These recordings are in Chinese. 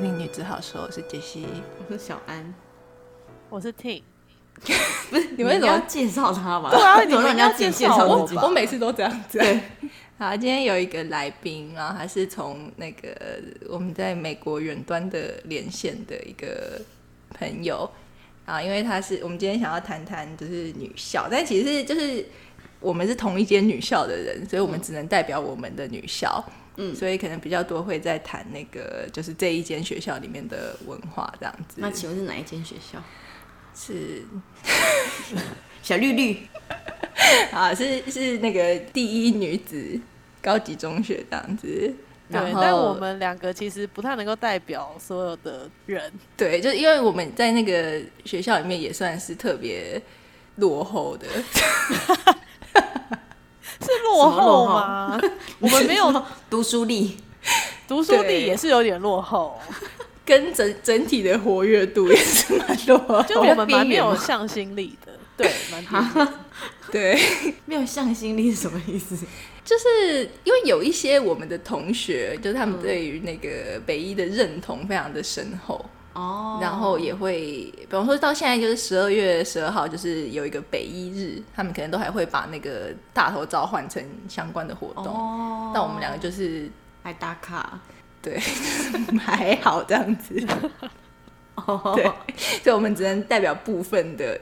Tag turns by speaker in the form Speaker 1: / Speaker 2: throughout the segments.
Speaker 1: 命女只好说，我是杰西。
Speaker 2: 我是小 安，
Speaker 3: 我是 T，
Speaker 2: 不是你
Speaker 1: 为什么
Speaker 2: 要介绍他吧？
Speaker 3: 对啊
Speaker 2: 为什么
Speaker 3: 你
Speaker 2: 让
Speaker 3: 们
Speaker 2: 人
Speaker 3: 要
Speaker 2: 家自己
Speaker 3: 介
Speaker 2: 介
Speaker 3: 绍
Speaker 2: 绍
Speaker 3: 我
Speaker 2: 自己
Speaker 1: 哦我每次都这样子。好，今天有一个来宾，然后他是从那个我们在美国远端的连线的一个朋友啊，因为他是我们今天想要谈谈就是女校，但其实就是我们是同一间女校的人，所以我们只能代表我们的女校。
Speaker 2: 嗯
Speaker 1: 所以可能比较多会在谈那个，就是这一间学校里面的文化这样子。
Speaker 2: 那请问是哪一间学校？
Speaker 1: 是
Speaker 2: 小绿绿，
Speaker 1: 啊，是是那个第一女子高级中学这样子。
Speaker 3: 对
Speaker 1: 然，后
Speaker 3: 但我们两个其实不太能够代表所有的人，
Speaker 1: 对，就是因为我们在那个学校里面也算是特别落后的，
Speaker 3: 是落后吗？我们没有
Speaker 2: 读书力，
Speaker 3: 读书
Speaker 1: 对
Speaker 3: 地也是有点落后，
Speaker 1: 跟整整体的活跃度也是蛮落后。
Speaker 3: 就我们蛮没
Speaker 2: 边缘
Speaker 3: 有
Speaker 2: 吗
Speaker 3: 向心力的，对，蛮边缘的
Speaker 1: 对，
Speaker 2: 没有向心力是什么意思？
Speaker 1: 就是因为有一些我们的同学，就是他们对于那个北一的认同非常的深厚。
Speaker 2: 哦
Speaker 1: 然后也会，比方说到现在就是十二月十二号，就是有一个北一日，他们可能都还会把那个大头照换成相关的活动。
Speaker 2: 哦
Speaker 1: 但我们两个就是
Speaker 2: 还打 卡
Speaker 1: 对， 还好这样子，
Speaker 2: 哦
Speaker 1: 对，所以我们只能代表部分的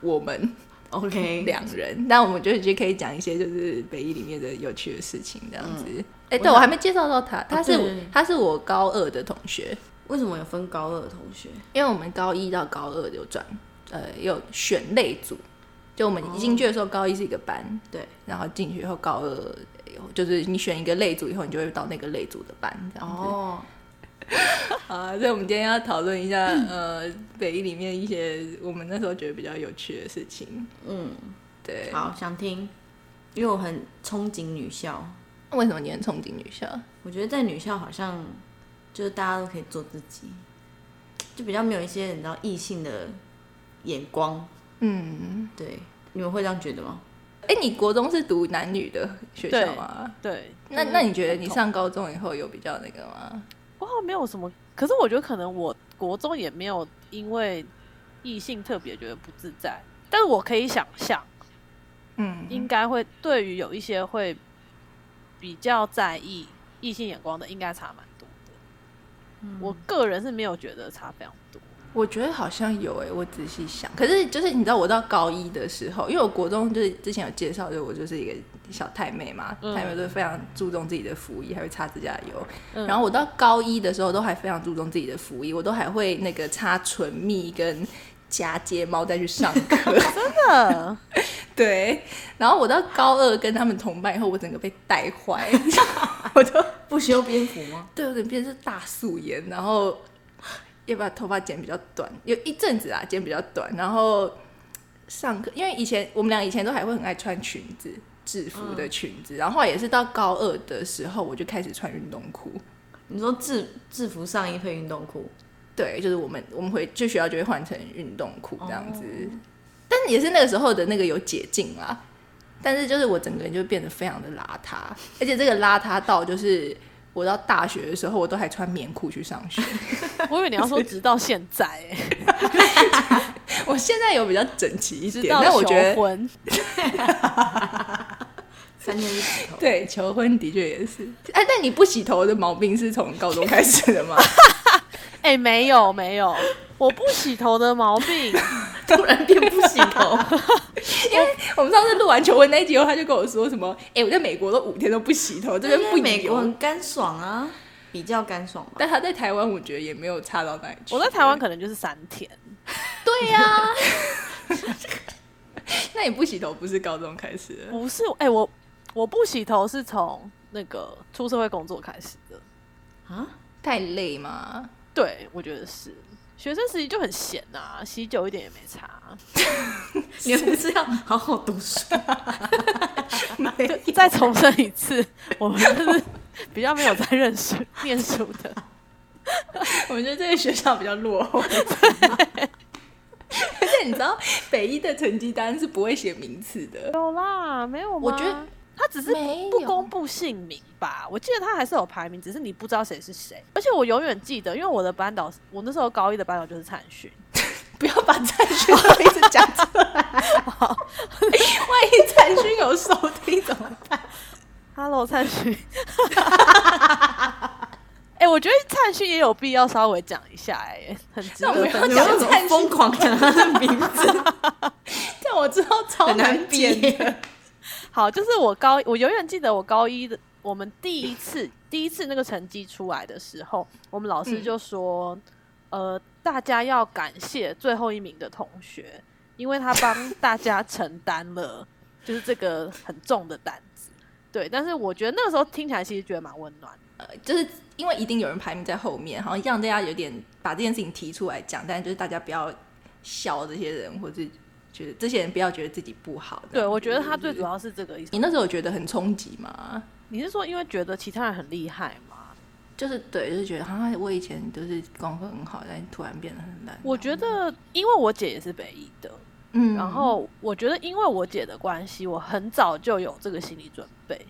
Speaker 1: 我们
Speaker 2: ，OK，
Speaker 1: 两人。但我们就是可以讲一些就是北一里面的有趣的事情这样子。哎、
Speaker 2: 嗯我
Speaker 1: 对我
Speaker 2: 想
Speaker 1: 还没介绍到他，他是、
Speaker 2: 对对对
Speaker 1: 他是我高二的同学，
Speaker 2: 为什么有分高二的同学？
Speaker 1: 因为我们高一到高二有转，呃，有选类组，就我们一进去的时候，高一是一个班，
Speaker 2: 对，
Speaker 1: 然后进去以后高二就是你选一个类组以后，你就会到那个类组的班这样子。
Speaker 2: 哦，
Speaker 1: 啊，所以我们今天要讨论一 下，呃，北一里面一些我们那时候觉得比较有趣的事情。
Speaker 2: 嗯，
Speaker 1: 对，
Speaker 2: 好，想听，因为我很憧憬女校，
Speaker 1: 为什么你很憧憬女校？
Speaker 2: 我觉得在女校好像就是大家都可以做自己，就比较没有一些你知道异性的眼光。
Speaker 1: 嗯，
Speaker 2: 对，你们会这样觉得吗？
Speaker 1: 哎、你国中是读男女的学校吗？
Speaker 3: 对，
Speaker 1: 那
Speaker 3: 就是
Speaker 1: 那你觉得
Speaker 3: 不
Speaker 1: 你
Speaker 3: 同
Speaker 1: 上高中以后有比较那个吗？
Speaker 3: 我好像没有什么，可是我觉得可能我国中也没有因为异性特别觉得不自在，但是我可以想象，
Speaker 1: 嗯，
Speaker 3: 应该会对于有一些会比较在意异性眼光的，应该差蛮多的。
Speaker 1: 嗯
Speaker 3: 我个人是没有觉得差非常多。
Speaker 1: 我觉得好像有哎、我仔细想，可是就是你知道我到高一的时候，因为我国中就是之前有介绍，就是我就是一个小太妹嘛，
Speaker 3: 嗯
Speaker 1: 太妹都非常注重自己的服役，还会擦指甲油，
Speaker 3: 嗯
Speaker 1: 然后我到高一的时候，都还非常注重自己的服役，我都还会那个擦唇蜜跟夹睫毛再去上课。
Speaker 3: 真的，
Speaker 1: 对，然后我到高二跟他们同班以后，我整个被带坏，我就
Speaker 2: 不修边幅吗？
Speaker 1: 对我整变成是大素颜，然后也把头发剪比较短，有一阵子啊剪比较短，然后上课，因为以前我们俩以前都还会很爱穿裙子。制服的裙子，然后后来也是到高二的时候，我就开始穿运动裤。
Speaker 2: 你说制制服上衣配运动裤，
Speaker 1: 对，就是我们我们回去学校就会换成运动裤这样子，但也是那个时候的那个有解禁啦。但是就是我整个人就变得非常的邋遢，而且这个邋遢到就是我到大学的时候，我都还穿棉裤去上学。
Speaker 3: 我以为你要说直到现在、欸，
Speaker 1: 我现在有比较整齐一
Speaker 3: 直
Speaker 1: 点，
Speaker 3: 到
Speaker 1: 但我觉
Speaker 3: 求
Speaker 1: 得
Speaker 3: 婚，
Speaker 2: 三天一洗头，
Speaker 1: 对求婚的确也是。哎、但你不洗头的毛病是从高中开始的吗？
Speaker 3: 哎、没有没有，我不洗头的毛病，
Speaker 2: 突然变不洗头，
Speaker 1: 我们上次录完求婚那一集后，他就跟我说什么：“哎、我在美国都五天都不洗头， 这边不
Speaker 2: 哎因为美
Speaker 1: 油。
Speaker 2: 国很干爽啊，比较干爽” 吧。
Speaker 1: 但他在台湾，我觉得也没有差到哪里去。
Speaker 3: 我在台湾可能就是三天，
Speaker 1: 对呀、那你不洗头不是高中开始的？
Speaker 3: 不是，哎、我我不洗头是从那个出社会工作开始的，
Speaker 2: 啊，
Speaker 1: 太累嘛？
Speaker 3: 对我觉得是。学生时期就很闲呐、洗久一点也没差。
Speaker 2: 你们不是要好好读书？
Speaker 3: 就再重申一次，我们就是比较没有在认识念书的。
Speaker 1: 我觉得这个学校比较落后。 而且你知道，北一的成绩单是不会写名次的。
Speaker 3: 有啦，没有吗？
Speaker 1: 我觉得
Speaker 3: 他只是
Speaker 1: 没
Speaker 3: 不
Speaker 1: 有
Speaker 3: 公布姓名吧？我记得他还是有排名，只是你不知道谁是谁。而且我永远记得，因为我的班导，我那时候高一的班导就是灿勋，
Speaker 1: 不要把蔡勋的名字讲出来， 万一蔡勋有收听怎么办？
Speaker 3: Hello，灿勋。 哎、我觉得灿勋也有必要稍微讲一下、哎，很值
Speaker 1: 那我
Speaker 3: 得
Speaker 1: 们要
Speaker 3: 分
Speaker 2: 你
Speaker 1: 讲
Speaker 3: 享。
Speaker 2: 们怎么疯狂讲他的名 字？
Speaker 1: 但我知道超
Speaker 2: 很难
Speaker 1: 剪
Speaker 2: 避
Speaker 1: 的，
Speaker 3: 好，就是我高，我永远记得我高一的，我们第一次 第一次那个成绩出来的时候，我们老师就说，呃，大家要感谢最后一名的同学，因为他帮大家承担了就是这个很重的担子。对，但是我觉得那个时候听起来其实觉得蛮温暖的。
Speaker 1: 呃 就是因为一定有人排名在后面，好像让大家有点把这件事情提出来讲，但就是大家不要笑这些人，或是觉得这些人不要觉得自己不好。这
Speaker 3: 对，
Speaker 1: 样
Speaker 3: 我觉得他最
Speaker 1: 对
Speaker 3: 主要是这个意思。
Speaker 1: 你那时候有觉得很冲击吗？
Speaker 3: 你是说因为觉得其他人很厉害吗？
Speaker 1: 就是对，就是觉得好像我以前都是功课很好，但突然变得很烂。
Speaker 3: 我觉得，因为我姐也是北医的，
Speaker 1: 嗯
Speaker 3: 然后我觉得因为我姐的关系，我很早就有这个心理准备，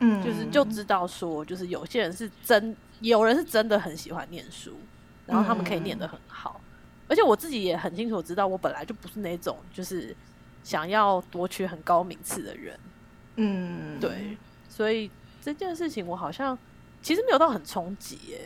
Speaker 1: 嗯
Speaker 3: 就是就知道说，就是有些人是真，有人是真的很喜欢念书，然后他们可以念
Speaker 1: 嗯
Speaker 3: 得很好，而且我自己也很清楚知道，我本来就不是那种就是想要夺取很高名次的人，
Speaker 1: 嗯，
Speaker 3: 对，所以这件事情我好像其实没有到很冲击耶、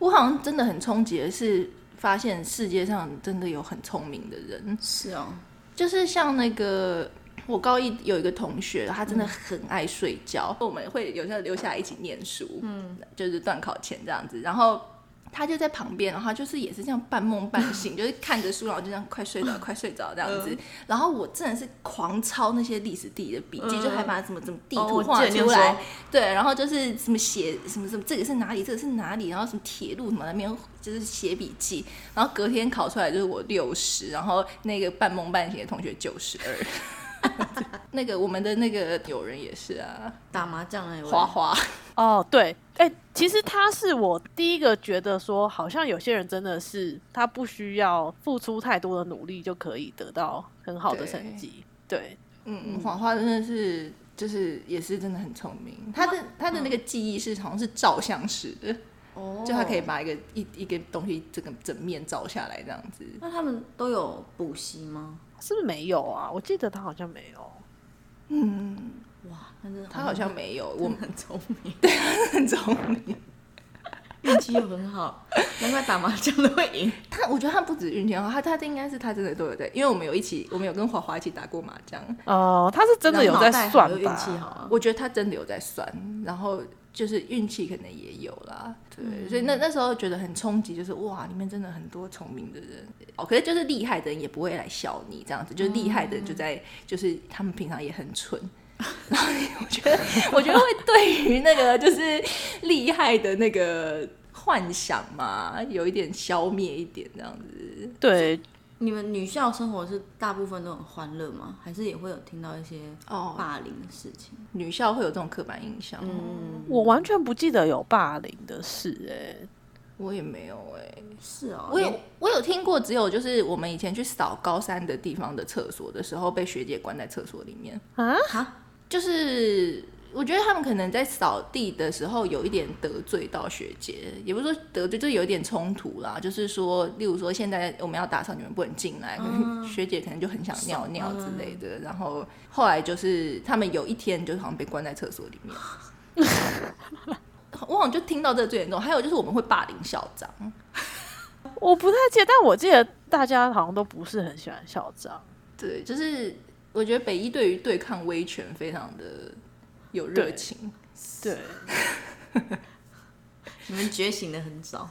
Speaker 1: 我好像真的很冲击的是，发现世界上真的有很聪明的人，
Speaker 2: 是哦，
Speaker 1: 就是像那个。我高一有一个同学，他真的很爱睡觉。我们会有时候留下来一起念书，嗯，就是断考前这样子。然后他就在旁边，然后他就是也是这样半梦半醒，就是看着书，然后就这样快睡着，快睡着这样子。然后我真的是狂抄那些历史地理的笔记，
Speaker 2: 嗯
Speaker 1: 就还把怎么怎么地
Speaker 2: 哦我
Speaker 1: 图
Speaker 2: 记
Speaker 1: 画
Speaker 2: 得你有
Speaker 1: 出来，
Speaker 2: 说
Speaker 1: 对，然后就是什么写什么什么，这个是哪里，这个是哪里，然后什么铁路什么那边就是写笔记，然后隔天考出来就是我六十，然后那个半梦半醒的同学九十二。 那个我们的那个友人也是啊，
Speaker 2: 打麻将哎，我
Speaker 1: 花花，
Speaker 3: 哦，对，哎、其实他是我第一个觉得说，好像有些人真的是他不需要付出太多的努力就可以得到很好的成绩。对，
Speaker 1: 嗯，花花真的是就是也是真的很聪明，他
Speaker 2: 嗯
Speaker 1: 的他的那个记忆是好像是照相式的，
Speaker 2: 哦，
Speaker 1: 就他可以。把一个一一个东西整个整面照下来这样子。
Speaker 2: 那他们都有补习吗？
Speaker 3: 是不是没有啊？我记得他好像没有。
Speaker 2: 哇，但是
Speaker 1: 他好像没有，我们
Speaker 2: 很聪明，
Speaker 1: 很聪明。
Speaker 2: 运气又很好，难怪打麻将都会赢。
Speaker 1: 他我觉得他不止运气好，他他应该是他真的都有在，因为我们有一起，我们有跟华华一起打过麻将，
Speaker 3: 哦，他是真的有在
Speaker 2: 然后脑袋
Speaker 3: 算
Speaker 2: 好又运气好
Speaker 3: 吧？
Speaker 2: 啊。
Speaker 1: 我觉得他真的有在算，然后就是运气可能也有啦，对，所以那那时候觉得很冲击，就是哇，里面真的很多聪明的人，哦，可是就是厉害的人也不会来笑你这样子，就是厉害的人就在、就是他们平常也很蠢。 然后我觉得，我觉得会对于那个就是厉害的那个幻想嘛，有一点消灭一点这样子。
Speaker 3: 对，
Speaker 2: 你们女校生活是大部分都很欢乐吗？还是也会有听到一些
Speaker 1: 哦
Speaker 2: 霸凌的事情？
Speaker 1: 女校会有这种刻板印象，
Speaker 2: 嗯，
Speaker 3: 我完全不记得有霸凌的事、哎，
Speaker 1: 我也没有哎、
Speaker 2: 是哦，
Speaker 1: 我有
Speaker 2: 连
Speaker 1: 我有听过，只有就是我们以前去扫高三的地方的厕所的时候，被学姐关在厕所里面。
Speaker 2: 哈，
Speaker 1: 就是我觉得他们可能在扫地的时候有一点得罪到学姐，也不是说得罪，就是有一点冲突啦。就是说，例如说现在我们要打扫，你们不能进来，可能学姐可能就很想尿尿之类的。然后后来就是他们有一天就好像被关在厕所里面。我好像就听到这个最严重，还有就是我们会霸凌校长，
Speaker 3: 我不太记得，但我记得大家好像都不是很喜欢校长。
Speaker 1: 对，就是我觉得北一对于对抗威权非常的有热
Speaker 3: 对
Speaker 1: 情，
Speaker 3: 对，
Speaker 2: 你们觉醒的很早，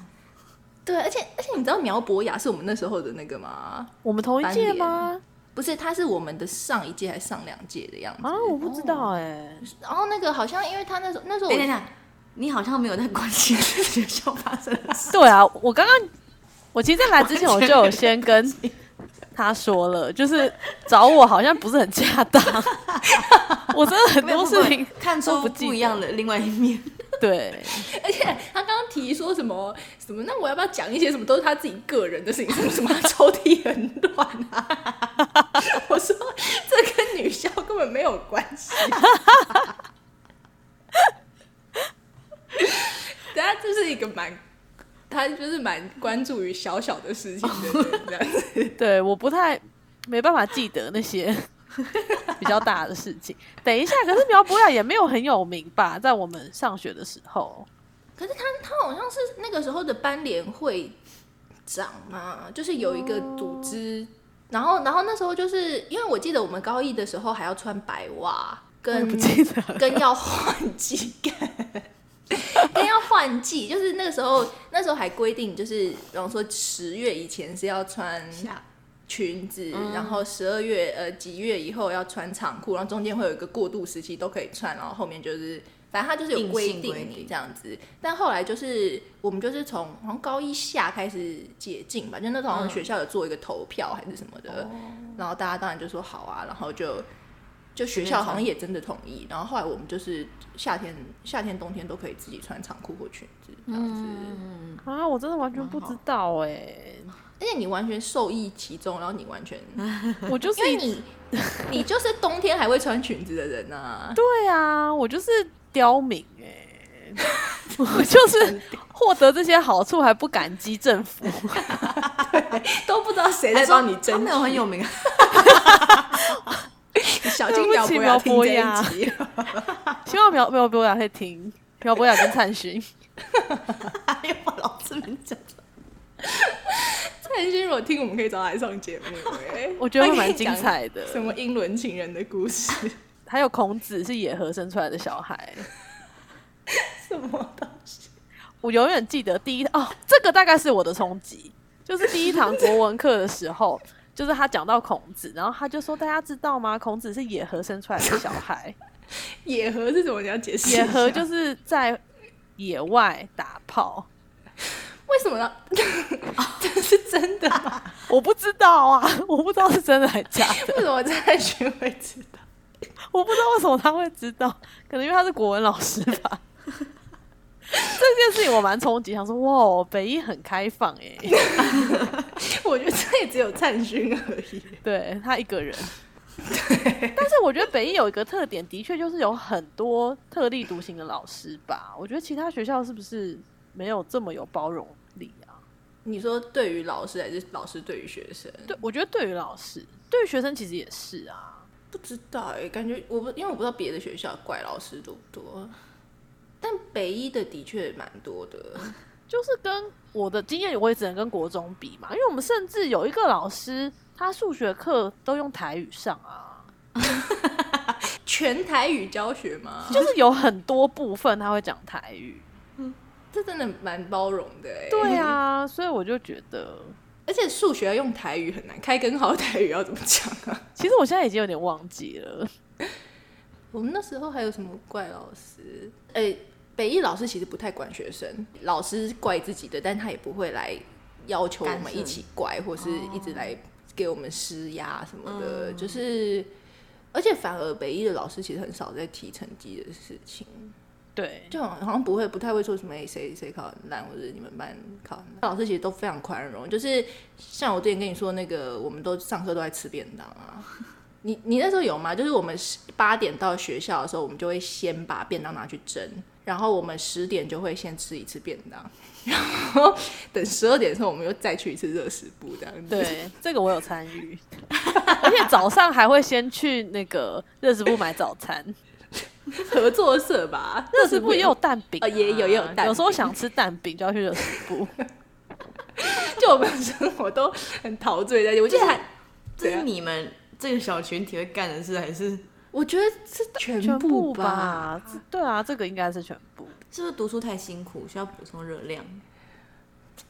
Speaker 1: 对，而且而且你知道苗博雅是我们那时候的那个吗？
Speaker 3: 我们同一
Speaker 1: 翻
Speaker 3: 届
Speaker 1: 脸
Speaker 3: 吗？
Speaker 1: 不是，他是我们的上一届还是上两届的样子。
Speaker 3: 啊，我不知道、
Speaker 2: 哦
Speaker 3: 哎、
Speaker 1: 然后那个好像因为他那时候那时候
Speaker 2: 等
Speaker 1: 我
Speaker 2: 等等，你好像没有在关心学校发生的事。
Speaker 3: 对啊，我刚刚我其实在来之前我就有先跟他说了，就是找我好像不是很恰 当，我真的很多事情
Speaker 2: 看
Speaker 3: 都
Speaker 2: 出
Speaker 3: 不记
Speaker 2: 不一样
Speaker 3: 得。
Speaker 2: 的另外一面，
Speaker 3: 对，
Speaker 1: 而且他刚刚提说什么什么，那我要不要讲一些什么都是他自己个人的事情，什么什么他抽屉很乱 啊？我说这跟女校根本没有关系。 于小小的事情的人，这样子。
Speaker 3: 对，我不太没办法记得 那些比较大的事情。等一下，可是苗博雅也没有很有名吧？在我们上学的时候，
Speaker 1: 可是他他好像是那个时候的班联会长嘛，就是有一个组
Speaker 3: 哦
Speaker 1: 织，然后然后那时候就是因为我记得我们高一的时候还要穿白袜，
Speaker 3: 我也
Speaker 1: 跟
Speaker 3: 不记得了。
Speaker 1: 跟要换季感， 跟要换季，就是那个时候那时候还规定，就是比方说十月以前是要穿
Speaker 2: 下嗯
Speaker 1: 裙子，然后十二月呃几月以后要穿长裤，然后中间会有一个过渡时期都可以穿，然后后面就是反正它就是有规
Speaker 2: 硬性
Speaker 1: 定
Speaker 2: 规
Speaker 1: 你
Speaker 2: 定
Speaker 1: 这样子。但后来就是我们就是从好像高一下开始解禁吧，就那时候好像
Speaker 2: 嗯哦
Speaker 1: 学校有做一个投票还是什么的，然后大家当然就说好啊，然后就。就学校好像也真的同意，然后后来我们就是夏天、夏天、冬天都可以自己穿长裤或裙子这样子，
Speaker 2: 嗯，
Speaker 3: 啊，我真的完全不知道哎、
Speaker 1: 而且你完全受益其中，然后你完全
Speaker 3: 我就
Speaker 1: 因
Speaker 3: 是
Speaker 1: 为
Speaker 3: 一
Speaker 1: 你你就是冬天还会穿裙子的人 啊。
Speaker 3: 对啊，我就是刁民哎、我 就是获得这些好处还不感激政府，
Speaker 1: 都不知道谁在
Speaker 2: 还说
Speaker 1: 帮你
Speaker 2: 他
Speaker 1: 争
Speaker 2: 没有很有名啊，
Speaker 1: 取，小
Speaker 3: 对
Speaker 1: 金
Speaker 3: 不
Speaker 1: 苗
Speaker 3: 起
Speaker 1: 博
Speaker 3: 苗
Speaker 1: 雅听
Speaker 3: 博
Speaker 1: 这
Speaker 3: 雅
Speaker 1: 一集，
Speaker 3: 希望苗苗博雅会听，苗博雅跟灿勋，
Speaker 2: 因为我老是没讲。
Speaker 1: 蔡欣如果听我们可以找他来上节目、哎
Speaker 3: 我觉得
Speaker 1: 他可
Speaker 3: 会
Speaker 1: 以
Speaker 3: 蛮精
Speaker 1: 讲
Speaker 3: 彩的。
Speaker 1: 什么英伦情人的故事，
Speaker 3: 还有孔子是野和生出来的小孩，
Speaker 1: 什么的。
Speaker 3: 我永远记得第一哦，这个大概是我的冲击，就是第一堂国文课的时候，就是他讲到孔子，然后他就说大家知道吗？孔子是野和生出来的小孩，
Speaker 1: 野合是什啊么？你要解释一下。
Speaker 3: 野和就是在野外打炮，
Speaker 1: 为什么 呢？这哦是真的吗？
Speaker 3: 我不知道啊，我不知道是真的还是假 的，
Speaker 1: 为什么蔡学会知道？
Speaker 3: 我不知道为什么他会知道，可能因为他是国文老师吧。这件事情我蛮冲击，想说哇，哦北一很开放哎、
Speaker 1: 我觉得这也只有灿勋而已。
Speaker 3: 对他一个人。但是我觉得北艺有一个特点，的确就是有很多特立独行的老师吧。我觉得其他学校是不是没有这么有包容力啊？
Speaker 1: 你说对于老师还是老师对于学生？
Speaker 3: 对，我觉得对于老师，对于学生其实也是啊。
Speaker 1: 不知道哎、感觉我不，因为我不知道别的学校怪老师多不多，但北一的的确蛮多的。
Speaker 3: 就是跟我的经验，我也只能跟国中比嘛，因为我们甚至有一个老师，他数学课都用台语上啊，
Speaker 1: 全台语教学吗？就
Speaker 3: 就是有很多部分他会讲台语。
Speaker 1: 这真的蛮包容的哎、
Speaker 3: 对，啊，所以我就觉得，
Speaker 1: 而且数学要用台语很难，开根号台语要怎么讲啊？
Speaker 3: 其实我现在已经有点忘记了。
Speaker 1: 我们那时候还有什么怪老师？哎、北一老师其实不太管学生，老师怪自己的，但他也不会来要求我
Speaker 2: 干
Speaker 1: 们
Speaker 2: 涉哦
Speaker 1: 一起怪，或是一直来给我们施压什么的，
Speaker 2: 嗯
Speaker 1: 就是。而且反而北一的老师其实很少在提成绩的事情，
Speaker 3: 对，
Speaker 1: 就好像不会不太会说什么诶谁谁考很烂，或者你们班考很烂。老师其实都非常宽容，就是像我之前跟你说那个，我们都上课都在吃便当啊。你你那时候有吗？就是我们十八点到学校的时候，我们就会先把便当拿去蒸，然后我们十点就会先吃一次便当，然后等十二点的时候，我们又再去一次热食部这样子。
Speaker 3: 对，这个我有参与， 而且早上还会先去那个热食部买早餐，
Speaker 1: 合作社吧，
Speaker 3: 热食部也有蛋饼、啊
Speaker 1: 哦也有也有蛋饼
Speaker 3: 有时候想吃蛋饼就要去热食部。
Speaker 1: 就我们生活都很陶醉在这里。我记
Speaker 3: 啊
Speaker 1: 得还
Speaker 2: 这
Speaker 1: 怎
Speaker 2: 是
Speaker 1: 样
Speaker 2: 你们这个小群体会干的事，还是
Speaker 1: 我觉得是全
Speaker 3: 全
Speaker 1: 部
Speaker 3: 部
Speaker 1: 吧。
Speaker 3: 吧，这对啊，这个应该是全部。
Speaker 2: 是不是读书太辛苦，需要补充热量？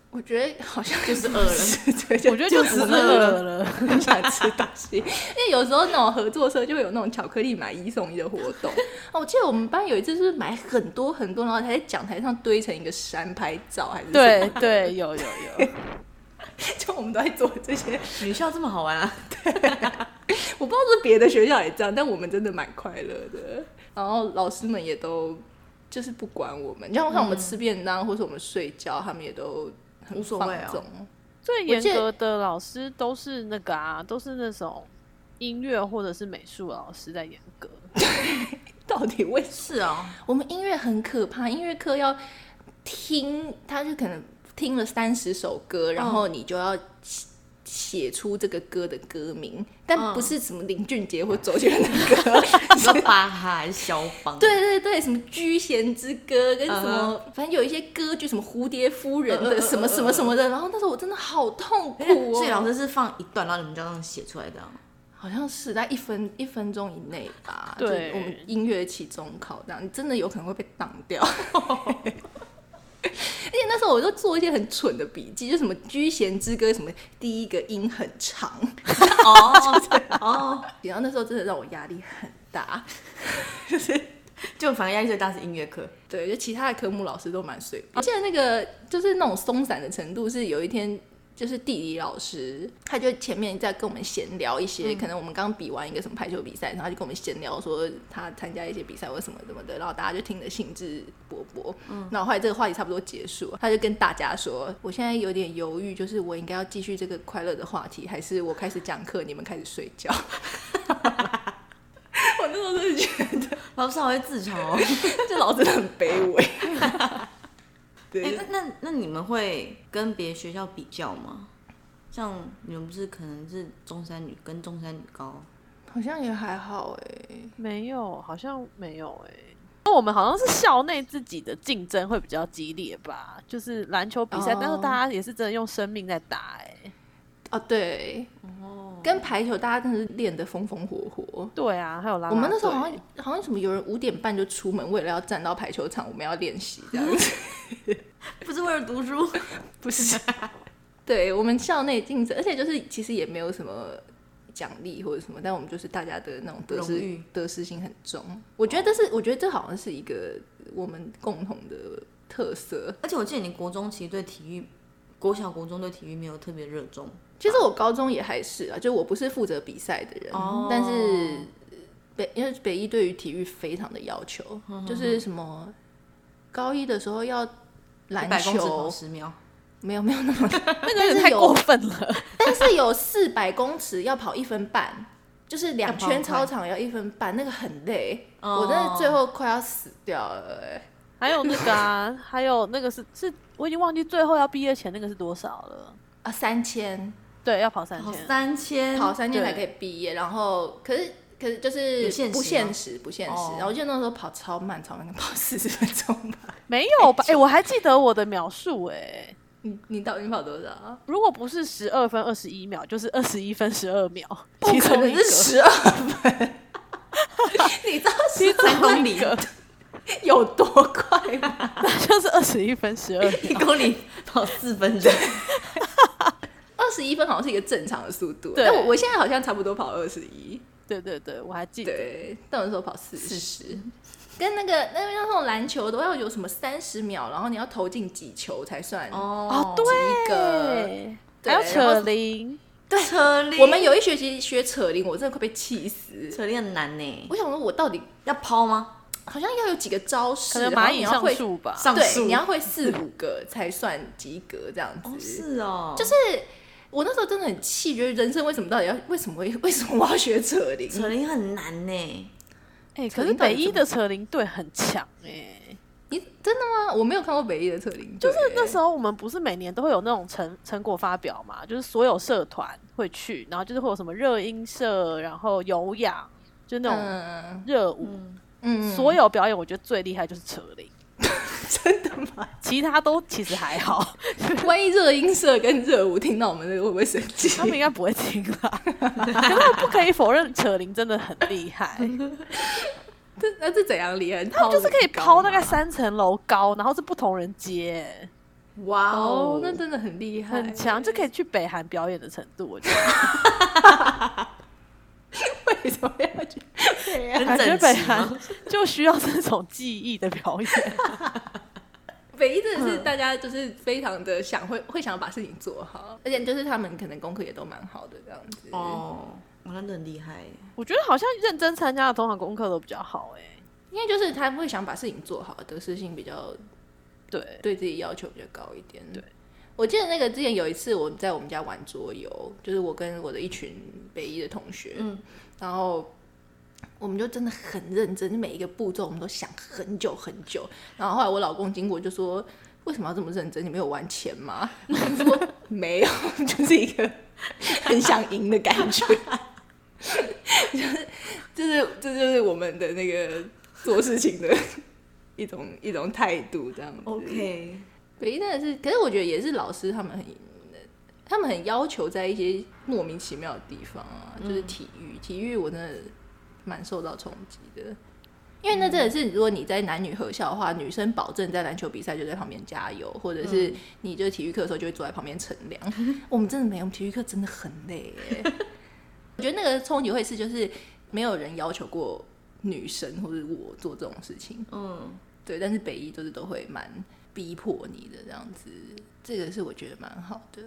Speaker 1: 我觉得好像
Speaker 2: 就是饿了，
Speaker 1: 对，
Speaker 3: 我觉得就只是饿了，
Speaker 1: 很想吃东西，因为有时候那种合作社就会有那种巧克力买一送一的活动。哦，我记得我们班有一次是买很多很多，然后还在讲台上堆成一个山拍照，还是什
Speaker 3: 对
Speaker 1: 么，
Speaker 3: 对，有有有，
Speaker 1: 就我们都在做这些。
Speaker 2: 女校这么好 玩啊？
Speaker 1: 我不知道是别的学校也这样，但我们真的蛮快乐的。然后老师们也都就是不管我们，像像我们吃便当、或是我们睡觉，他们也都很
Speaker 2: 无所谓
Speaker 1: 放
Speaker 3: 啊
Speaker 2: 哦
Speaker 1: 纵。
Speaker 3: 最
Speaker 1: 我
Speaker 3: 严
Speaker 1: 记得
Speaker 3: 格的老师都是那个啊，都是那种音乐或者是美术老师在严格。
Speaker 1: 到底为什么？
Speaker 2: 是哦，
Speaker 1: 我们音乐很可怕，音乐课要听，他就可能听了三十首歌，然
Speaker 2: 嗯
Speaker 1: 后你就要写写出这个歌的歌名，
Speaker 2: 嗯
Speaker 1: 但不是什么林俊杰或周杰伦的 歌，
Speaker 2: 你说巴哈还是肖邦？，
Speaker 1: 对对对，什么居贤之歌跟什么反正有一些歌剧，什么蝴蝶夫人的、
Speaker 2: 嗯嗯嗯嗯哎
Speaker 1: 什么什么什么的。然后那时候我真的好痛苦哦，
Speaker 2: 所以老师是放一段，然后你们就这样写出来啊这样。
Speaker 1: 好像是在一分一分钟以内吧。
Speaker 3: 对
Speaker 1: 就是我们音乐期中考这样，你真的有可能会被挡掉。 而且那时候我就做一些很蠢的笔记，就什么居贤之歌，什么第一个音很长，
Speaker 2: 哦哦，
Speaker 1: 然后那时候真的让我压力很大。
Speaker 2: 就反正压力最大是音乐课。
Speaker 1: 对，就其他的科目老师都蛮随便。我记得那个就是那种松散的程度，是有一天就是地理老师，他就前面在跟我们闲聊一些，可能我们刚比完一个什么排球比赛，然后他就跟我们闲聊说他参加一些比赛或什么什么的，然后大家就听得兴致勃勃。嗯，然后后来这个话题差不多结束，他就跟大家说，我现在有点犹豫，就是我应该要继续这个快乐的话题，还是我开始讲课，你们开始睡觉。 我那时候真的觉得
Speaker 2: 老师好会自嘲哦。
Speaker 1: 这老师真的很卑微。 对，
Speaker 2: 哎、那那那你们会跟别的学校比较吗？像你们不是可能是中山女跟中山女高，
Speaker 1: 好像也还好哎、
Speaker 3: 没有，好像没有哎、那我们好像是校内自己的竞争会比较激烈吧，就是篮球比赛但是
Speaker 1: 哦
Speaker 3: 大家也是真的用生命在打哎、
Speaker 1: 哦，对，
Speaker 2: 哦，
Speaker 1: 跟排球大家真的是练得风风火火。
Speaker 3: 对啊，还有拉拉
Speaker 1: 我们那时候
Speaker 3: 队
Speaker 1: 好像好像什么有人五点半就出门，为了要站到排球场，我们要练习这样子。
Speaker 2: 不是为了读 书，
Speaker 1: 不是，对我们校内竞争，而且就是其实也没有什么奖励或者什么，但我们就是大家的那种得
Speaker 2: 荣
Speaker 1: 失
Speaker 2: 誉
Speaker 1: 得失心很重。我觉得是，我觉得这好像是一个我们共同的特色。
Speaker 2: 而且我记得你国中其实对体育，国小国中对体育没有特别热衷，
Speaker 1: 其实我高中也还是啊，就我不是负责比赛的人，
Speaker 2: 哦
Speaker 1: 但是呃北因为北一对于体育非常的要求，就是什么高一的时候要篮
Speaker 2: 100公尺跑
Speaker 1: 球，
Speaker 2: 十秒，
Speaker 1: 没有没有那 么，
Speaker 3: 那个有
Speaker 1: 但是
Speaker 3: 点太
Speaker 1: 有
Speaker 3: 过分了，
Speaker 1: 但是有四百公尺要跑一分半，就是两
Speaker 2: 要跑
Speaker 1: 圈
Speaker 2: 很快
Speaker 1: 操场要一分半，那个很累，我
Speaker 2: 哦
Speaker 1: 真的最后快要死掉了、欸。
Speaker 3: 还有那个啊，还有那个是是，我已经忘记最后要毕业前那个是多少了。
Speaker 1: 啊，三千
Speaker 3: 对，要跑三
Speaker 2: 跑
Speaker 3: 千，
Speaker 2: 哦三千，
Speaker 1: 跑三千
Speaker 3: 对
Speaker 1: 才可以毕业，然后可是可是就是
Speaker 2: 有限时
Speaker 1: 不
Speaker 2: 吗
Speaker 1: 现实啊不现实，
Speaker 2: 哦
Speaker 1: 然后我记得那时候跑超慢超慢，跑四十分钟吧。
Speaker 3: 没有吧？哎、我还记得我的秒数哎、
Speaker 1: 你你到底跑多少啊？
Speaker 3: 如果不是十二分二十一秒，就是二十一分十二秒，
Speaker 1: 不
Speaker 3: 其
Speaker 1: 哦可
Speaker 3: 中
Speaker 1: 能
Speaker 3: 一个
Speaker 1: 是十二分， 你知道是
Speaker 2: 三公 里，
Speaker 1: 有多快 吗？
Speaker 3: 就是二十一分十二
Speaker 2: 一
Speaker 3: 秒。
Speaker 2: 公里跑四分钟，
Speaker 1: 二十一分好像是一个正常的速度，
Speaker 3: 对
Speaker 1: 但我我现在好像差不多跑二十一，
Speaker 3: 对对对，我还记得。
Speaker 1: 对，但我那时候跑四
Speaker 2: 四
Speaker 1: 十。
Speaker 2: 十，
Speaker 1: 跟那个那边那种篮球都要有什么三十秒，然后你要投进几球才算
Speaker 2: 哦
Speaker 1: 对
Speaker 3: 一个，呃还有
Speaker 1: 对
Speaker 3: 扯铃，
Speaker 2: 对，扯铃，
Speaker 1: 我们有一学期学扯铃，我真的快被气死。
Speaker 2: 扯铃很难呢，
Speaker 1: 我想说，我到底
Speaker 2: 要抛吗？
Speaker 1: 好像要有几个招式，
Speaker 3: 可能
Speaker 1: 然后
Speaker 3: 蚂
Speaker 1: 你
Speaker 3: 蚁
Speaker 1: 要
Speaker 3: 上
Speaker 1: 会，
Speaker 3: 树吧。
Speaker 2: 上
Speaker 1: 对，
Speaker 2: 树
Speaker 1: 你要会四五个才算及格这样子。
Speaker 2: 哦，是哦，就是
Speaker 1: 我那时候真的很气，觉得人生为什么到底要为什么为什么我要学扯铃？
Speaker 2: 扯铃很难呢，
Speaker 3: 哎、
Speaker 1: 扯
Speaker 3: 可是
Speaker 1: 铃到底
Speaker 3: 北一的扯铃队很强哎、
Speaker 1: 你真的吗？我没有看过北艺的扯铃队，
Speaker 3: 就是那时候我们不是每年都会有那种成成果发表嘛，就是所有社团会去，然后就是会有什么热音社，然后有氧，就那种
Speaker 1: 嗯
Speaker 3: 热舞，
Speaker 1: 嗯，
Speaker 3: 所有表演我觉得最厉害就是扯 铃，
Speaker 1: 真的吗？
Speaker 3: 其他都其实还 好，
Speaker 1: 嗯万一热音社跟热舞听到我们这个会不会生气？
Speaker 3: 他们应该不会听 啦。可是我不可以否认扯铃真的很厉 害，
Speaker 1: 这那是怎样厉害？
Speaker 3: 他们就是可以抛大概
Speaker 1: 三
Speaker 3: 三层楼高，然后是不同人接，
Speaker 2: 哇
Speaker 1: 哦，那真的很厉害，
Speaker 3: 很 强，这可以去北韩表演的程度，我觉 得。
Speaker 1: 为什么要去？
Speaker 2: 很
Speaker 3: 感觉
Speaker 2: 整
Speaker 3: 北
Speaker 2: 齐
Speaker 3: 韩
Speaker 2: 吗？
Speaker 3: 就需要这种技艺的表演。
Speaker 1: 北一真的是
Speaker 3: 嗯
Speaker 1: 大家就是非常的想会会想把事情做好，而且就是他们可能功课也都蛮好的这样子。
Speaker 2: 哦，哇，那真的很厉害耶，
Speaker 3: 我觉得好像认真参加的通常功课都比较好哎、
Speaker 1: 因为就是他会想把事情做好，得失心比较
Speaker 3: 对，
Speaker 1: 对自己要求比较高一点。
Speaker 3: 对，
Speaker 1: 我记得那个之前有一次我在我们家玩桌游，就是我跟我的一群北一的同学，
Speaker 2: 嗯
Speaker 1: 然后我们就真的很认真，每一个步骤我们都想很久很久。然后后来我老公经过就说。为什么要这么认真？你们有玩钱 吗？我说没有，就是一个很想赢的感觉， 就是这就是我们的那个做事情的一种一种态度，这样子。
Speaker 2: OK，
Speaker 1: 北一真的是，可是我觉得也是老师他们很，他们很要求在一些莫名其妙的地方啊，就是体育，体育我真的蛮受到冲击的，因为那真的是如果你在男女合校的话，女生保证在篮球比赛就在旁边加油，或者是你就体育课的时候就会坐在旁边乘凉。我们真的没有，我们体育课真的很累耶。我觉得那个冲击会是就是没有人要求过女生或者我做这种事情，
Speaker 2: 嗯，
Speaker 1: 对，但是北医就是都会蛮逼迫你的这样子，这个是我觉得蛮好的。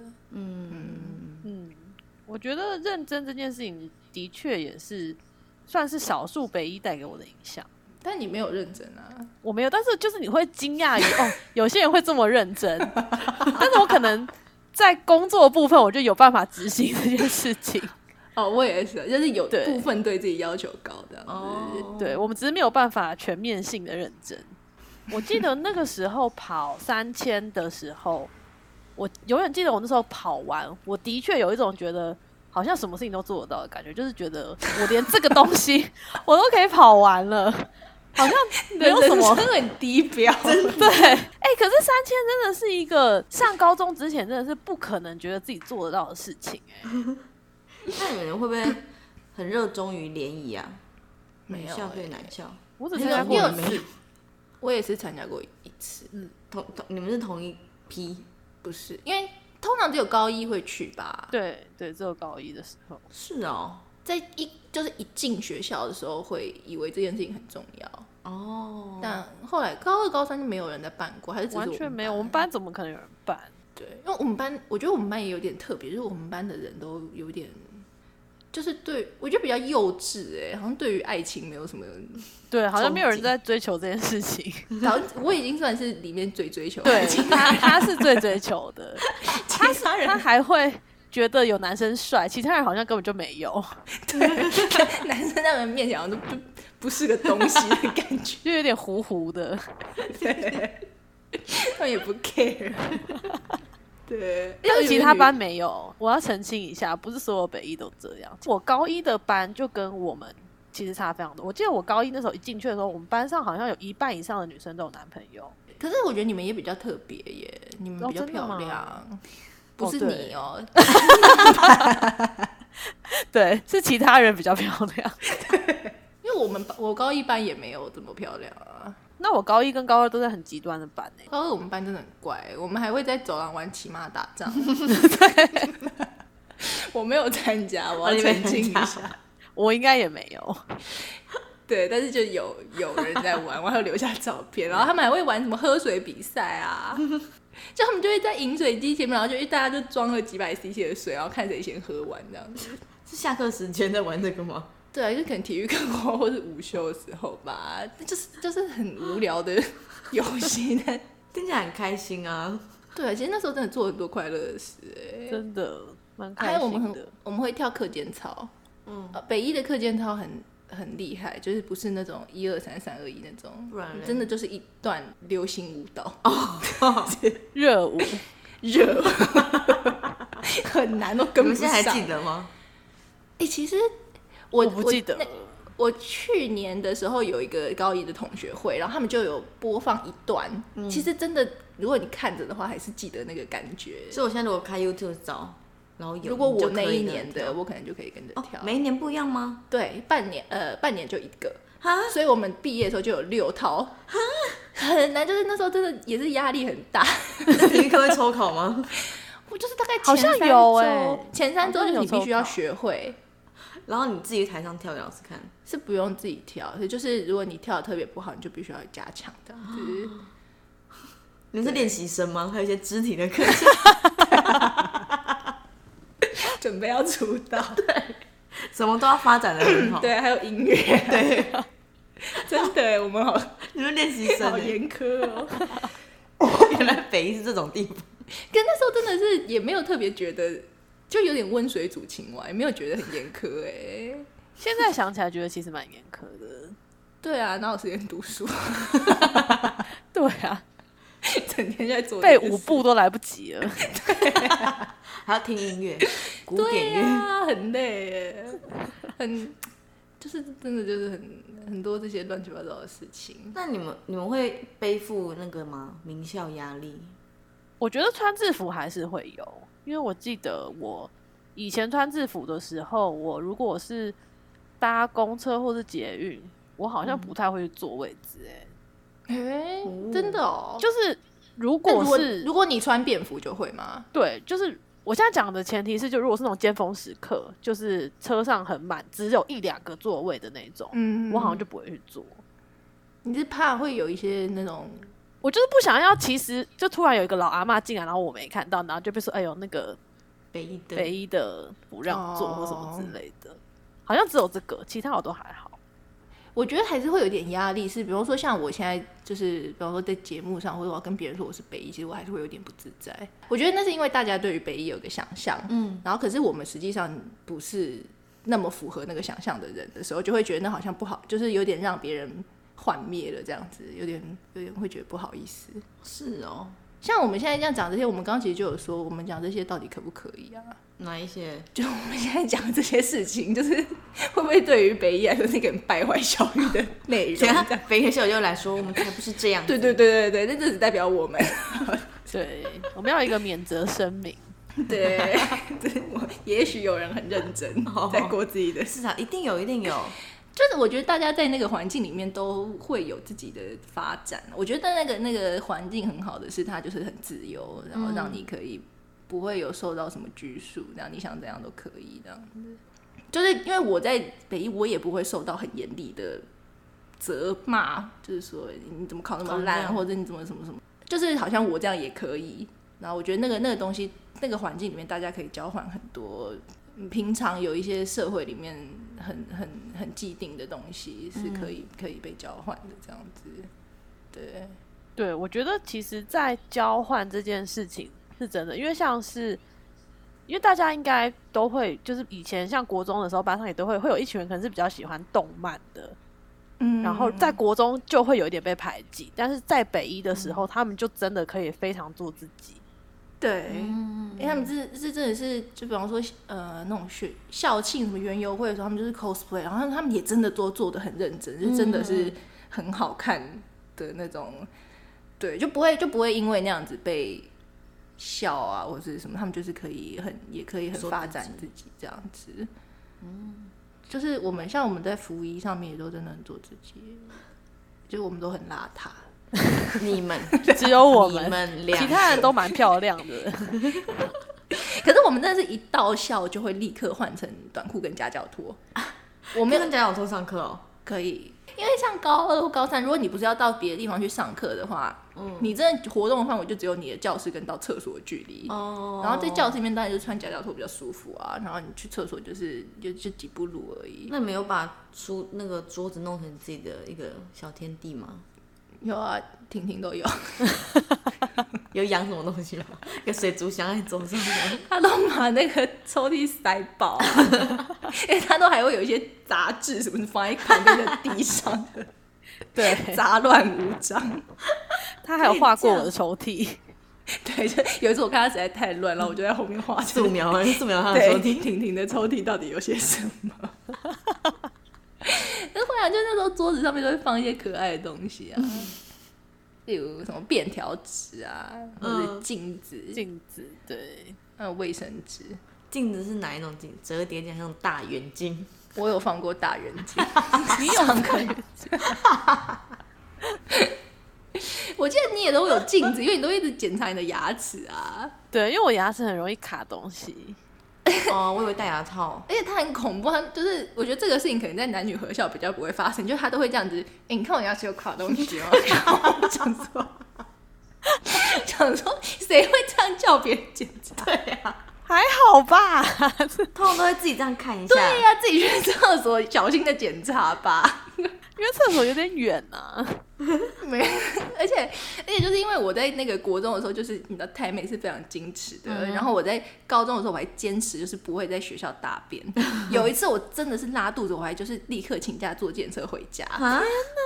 Speaker 3: 嗯，我觉得认真这件事情的确也是算是少数北医带给我的影响。
Speaker 1: 但你没有认真啊，
Speaker 3: 我没有，但是就是你会惊讶于哦，有些人会这么认真， 但是我可能在工作部分我就有办法执行这件事情。
Speaker 1: 哦，我也是，就是有
Speaker 3: 对
Speaker 1: 部分对自己要求高的。
Speaker 2: 哦，
Speaker 3: 对我们只是没有办法全面性的认真。我记得那个时候跑三千的时候，我永远记得我那时候跑完，我的确有一种觉得好像什么事情都做得到的感觉，就是觉得我连这个东西 我都可以跑完了，好像没有什么
Speaker 1: 真的很低 标，
Speaker 3: 对，哎、可是三千真的是一个上高中之前真的是不可能觉得自己做得到的事情、哎，
Speaker 2: 那你们会不会很热衷于联谊啊？
Speaker 1: 没
Speaker 2: 女
Speaker 1: 有
Speaker 2: 校对
Speaker 1: 欸
Speaker 2: 男校，
Speaker 3: 我只
Speaker 1: 你
Speaker 3: 参
Speaker 1: 有
Speaker 3: 加
Speaker 1: 你
Speaker 3: 过
Speaker 1: 有
Speaker 3: 一
Speaker 1: 参
Speaker 3: 次，
Speaker 1: 我也是参加过一次，嗯
Speaker 2: 同同你们是同一批，
Speaker 1: 不是因为通常只有高一会去吧，
Speaker 3: 对对，只有高一的时候，
Speaker 2: 是哦，
Speaker 1: 在一就是一进学校的时候会以为这件事情很重要，
Speaker 2: 哦，
Speaker 1: 但后来高二高三就没有人在办过，还是只是
Speaker 3: 完
Speaker 1: 我
Speaker 3: 全
Speaker 1: 们
Speaker 3: 没有，我们班怎么可能有人办？
Speaker 1: 对，因为我们班，我觉得我们班也有点特别，就是我们班的人都有点，就是对我觉得比较幼稚哎、好像对于爱情没有什么，
Speaker 3: 对，好像没有人
Speaker 1: 憧憬
Speaker 3: 在追求这件事 情。
Speaker 1: 好像我已经算是里面最追求爱
Speaker 3: 对
Speaker 1: 情，
Speaker 3: 他，他是最追求的，
Speaker 2: 他他
Speaker 3: 他还会觉得有男生帅，其他人好像根本就没有，
Speaker 1: 男生在我们面前好像都不不是个东西的感觉，
Speaker 3: 就有点糊糊的。
Speaker 1: 他们也不 care。对，
Speaker 3: 但是其他班没有，我要澄清一下，不是所有北一都这样。我高一的班就跟我们其实差非常多。我记得我高一那时候一进去的时候，我们班上好像有一半以上的女生都有男朋友。
Speaker 1: 可是我觉得你们也比较特别耶，你们
Speaker 3: 哦
Speaker 1: 比较
Speaker 3: 真的
Speaker 1: 漂
Speaker 3: 吗
Speaker 1: 亮，不
Speaker 3: 哦
Speaker 1: 是
Speaker 3: 对
Speaker 1: 你哦，
Speaker 3: 对，是其他人比较漂亮。
Speaker 1: 因为我们班我高一班也没有这么漂亮啊。
Speaker 3: 那我高一跟高二都在很极端的班欸呢、
Speaker 1: 高二我们班真的很怪，我们还会在走廊玩骑马打仗。 我没有参加，我
Speaker 2: 哦
Speaker 1: 要
Speaker 2: 你没
Speaker 1: 澄清一
Speaker 2: 参加
Speaker 1: 下。
Speaker 3: 我应该也没有。
Speaker 1: 对，但是就有有人在玩，我还有留下照 片。然后他们还会玩什么喝水比赛 啊，就他们就会在饮水机前面，然后就大家就装了几百 CC 的水，然后看谁先喝完这样子。
Speaker 2: 是下课时间在玩这个吗？
Speaker 1: 对啊，就可能体育课后或是午休的时候吧，就是就是很无聊的游戏。但
Speaker 2: 听起来很开心啊，
Speaker 1: 对啊，其实那时候真的做很多快乐的事、欸，
Speaker 3: 真的蛮
Speaker 1: 还
Speaker 3: 开
Speaker 1: 有我们
Speaker 3: 心
Speaker 1: 很
Speaker 3: 的。
Speaker 1: 我们会跳课间操，
Speaker 2: 嗯，
Speaker 1: 呃，北一的课间操很很厉害，就是不是那种一二三三二一那种，
Speaker 2: 不然嘞
Speaker 1: 真的就是一段流行舞蹈，
Speaker 2: 哦
Speaker 3: 热舞，
Speaker 1: 热， 很难都
Speaker 2: 你
Speaker 1: 跟不
Speaker 2: 们现
Speaker 1: 上。
Speaker 2: 在还记得吗？
Speaker 1: 哎、其实
Speaker 3: 我
Speaker 1: 我
Speaker 3: 不记得
Speaker 1: 我那
Speaker 3: 了。
Speaker 1: 我去年的时候有一个高一的同学会，然后他们就有播放一段，
Speaker 2: 嗯
Speaker 1: 其实真的，如果你看着的话，还是记得那个感觉。
Speaker 2: 所以我现在如果开 YouTube 找，然后有，
Speaker 1: 如果
Speaker 2: 你就
Speaker 1: 我
Speaker 2: 可
Speaker 1: 那
Speaker 2: 以
Speaker 1: 一
Speaker 2: 跟
Speaker 1: 年
Speaker 2: 着
Speaker 1: 的，我可能就可以跟着
Speaker 2: 跳
Speaker 1: 跳。
Speaker 2: 哦，每一年不一样 吗？
Speaker 1: 对，半年呃，半年就一个。
Speaker 2: 哈，
Speaker 1: 所以我们毕业的时候就有六套，很难，就是那时候真的也是压力很大。
Speaker 2: 体育课会抽考吗？
Speaker 1: 我就是大概前
Speaker 3: 好像
Speaker 1: 三
Speaker 3: 有
Speaker 1: 周
Speaker 3: 欸
Speaker 1: 前三周
Speaker 3: 好像
Speaker 1: 就是
Speaker 3: 有
Speaker 1: 你必须要
Speaker 3: 抽考
Speaker 1: 学会，
Speaker 2: 然后你自己台上跳给老师看，
Speaker 1: 是不用自己跳，所以就是如果你跳的特别不好，你就必须要加强这样子。
Speaker 2: 你们是练习生吗？还有一些肢体的 课程，
Speaker 1: 准备要出道，
Speaker 2: 什么都要发展的很好。，
Speaker 1: 对，还有音乐，对，真的欸，我们好
Speaker 2: 你们练习生
Speaker 1: 好
Speaker 2: 欸，
Speaker 1: 严苛哦。
Speaker 2: 原来北一是这种地方。
Speaker 1: 可那时候真的是也没有特别觉得，就有点温水煮青蛙，也没有觉得很严苛哎。
Speaker 3: 现在想起来觉得其实蛮严苛的。
Speaker 1: 对啊，哪有时间读书？
Speaker 3: 对啊，
Speaker 1: 整天在做这
Speaker 3: 背
Speaker 1: 件
Speaker 3: 五
Speaker 1: 事
Speaker 3: 步都来不及了。
Speaker 2: 还要听 音乐，古典
Speaker 1: 对
Speaker 2: 乐。
Speaker 1: 呀、很累耶，很就是真的就是很很多这些乱七八糟的事情。
Speaker 2: 那你们你们会背负那个吗？名校压力？
Speaker 3: 我觉得穿制服还是会有，因为我记得我以前穿制服的时候，我如果是搭公车或是捷运，我好
Speaker 1: 嗯
Speaker 3: 像不太会去坐位置、欸。
Speaker 1: 哎、
Speaker 2: 哦
Speaker 1: 真的哦，
Speaker 3: 就是如
Speaker 1: 那
Speaker 3: 果
Speaker 1: 如果
Speaker 3: 是
Speaker 1: 如果你穿便服就会吗？
Speaker 3: 对，就是我现在讲的前提是，就如果是那种尖峰时刻，就是车上很满，只有一两个座位的那种，
Speaker 1: 嗯
Speaker 3: 我好像就不会去坐。
Speaker 1: 你是怕会有一些那种
Speaker 3: 我就是不想要，其实就突然有一个老阿嬷进来，然后我没看到，然后就被说：“哎呦，那个
Speaker 2: 北一的
Speaker 3: 北一的不让坐
Speaker 1: 哦
Speaker 3: 或什么之类的。好像只有这个，其他我都还好。
Speaker 1: 我觉得还是会有点压力，是比方说像我现在就是，比方说在节目上，或者我要跟别人说我是北医，其实我还是会有点不自在。我觉得那是因为大家对于北医有个想象，
Speaker 2: 嗯，
Speaker 1: 然后可是我们实际上不是那么符合那个想象的人的时候，就会觉得那好像不好，就是有点让别人幻灭了这样子，有点有点会觉得不好意思。
Speaker 2: 是哦，
Speaker 1: 像我们现在这样讲这些，我们刚刚其实就有说，我们讲这些到底可不可以啊？
Speaker 2: 哪一些？
Speaker 1: 就我们现在讲的这些事情，就是会不会对于北医来说是一个很败坏校誉的内容？这
Speaker 2: 等一下
Speaker 1: 样
Speaker 2: 北一小就来说，我们才不是这样。
Speaker 1: 对对对对对，那这只代表我们。
Speaker 3: 对，我们要有一个免责声明。
Speaker 1: 对， 对我也许有人很认真
Speaker 2: 哦
Speaker 1: 在过自己的事，
Speaker 2: 市场一定有，一定有。
Speaker 1: 就是我觉得大家在那个环境里面都会有自己的发展。我觉得那个那个环境很好的是，它就是很自由，然后让你可以不会有受到什么拘束，这样你想怎样都可以这样子。就是因为我在北一，我也不会受到很严厉的责骂，就是说你怎么考那么
Speaker 2: 考这
Speaker 1: 烂，
Speaker 2: 样
Speaker 1: 或者你怎么什么什么，就是好像我这样也可以。然后我觉得那个那个东西，那个环境里面，大家可以交换很多嗯平常有一些社会里面很很很既定的东西是可
Speaker 3: 嗯
Speaker 1: 以、可以被交换的这样子。对，
Speaker 3: 对，我觉得其实，在交换这件事情是真的，因为像是，因为大家应该都会，就是以前像国中的时候，班上也都会会有一群人可能是比较喜欢动漫的，
Speaker 1: 嗯
Speaker 3: 然后在国中就会有一点被排挤，但是在北一的时候，他们就真的可以非常做自己。
Speaker 1: 对。
Speaker 2: 嗯
Speaker 1: 因为他们是是真的是，就比方说，呃，那种学校庆什么园游会的时候，他们就是 cosplay，然后他们也真的都做的很认真，就真的
Speaker 2: 嗯
Speaker 1: 是很好看的那种，对，就不会就不会因为那样子被笑啊或者是什么，他们就是可以很也可以很
Speaker 2: 做自己
Speaker 1: 发展自己这样子，嗯，就是我们像我们在服仪上面也都真的很做自己，就是我们都很邋遢，
Speaker 2: 你们，
Speaker 3: 只有我
Speaker 2: 你
Speaker 3: 们，
Speaker 2: 们俩，
Speaker 3: 其他人都蛮漂亮 的。
Speaker 1: 可是我们真的是一到校就会立刻换成短裤跟夹脚拖。
Speaker 2: 我没有跟家长说上课哦。
Speaker 1: 可以，因为像高二或高三，如果你不是要到别的地方去上课的话，
Speaker 2: 嗯，
Speaker 1: 你真的活动的范围就只有你的教室跟到厕所的距离。
Speaker 2: 哦
Speaker 1: 然后在教室里面当然就穿夹脚拖比较舒服啊，然后你去厕所就是就就几步路而已。
Speaker 2: 那没有把书那个桌子弄成自己的一个小天地吗？
Speaker 1: 有啊，婷婷 都有，
Speaker 2: 有养什么东 西吗？一个水族箱在桌上吗？
Speaker 1: 她都把那个抽屉塞 爆、啊，因为她哎都还会有一些杂志什么的放在旁边的地上 的，
Speaker 3: 对，
Speaker 1: 杂乱无章。
Speaker 3: 他还有画过我的抽屉。
Speaker 1: 对，就有一次我看她实在太乱了，我就在后面画
Speaker 2: 素描啊，素描他的
Speaker 1: 对，
Speaker 2: 抽屉。
Speaker 1: 婷婷的抽屉到底有些什么？ 那会啊，就那时候桌子上面都会放一些可爱的东西啊，例如什么便条纸啊，或者
Speaker 2: 嗯
Speaker 1: 镜子、
Speaker 3: 镜子，对，
Speaker 1: 呃卫生纸。
Speaker 2: 镜子是哪一种镜？折叠镜还是那种大圆镜？
Speaker 1: 我有放过大圆镜，你有放过圆镜？ 我记得你也都有镜子，因为你都一直检查你的牙齿啊，
Speaker 3: 对，因为我牙齿很容易卡东西。
Speaker 2: 哦，我以为戴牙套。
Speaker 1: 而且它很恐怖，它就是我觉得这个事情可能在男女合校比较不会发生，就是他都会这样子，哎、你看我牙齿有卡东西哦，然后我想说，想说谁会这样叫别人检查？对呀、
Speaker 3: 还好吧，
Speaker 2: 通常都会自己这样看一下。
Speaker 1: 对呀、自己去厕所小心的检查吧。
Speaker 3: 因为厕所有点远啊。
Speaker 1: 没，而且而且就是因为我在那个国中的时候，就是你的台美是非常矜持的，
Speaker 2: 嗯
Speaker 1: 然后我在高中的时候我还坚持就是不会在学校大 便。有一次我真的是拉肚子，我还就是立刻请假坐检车回家，
Speaker 2: 啊，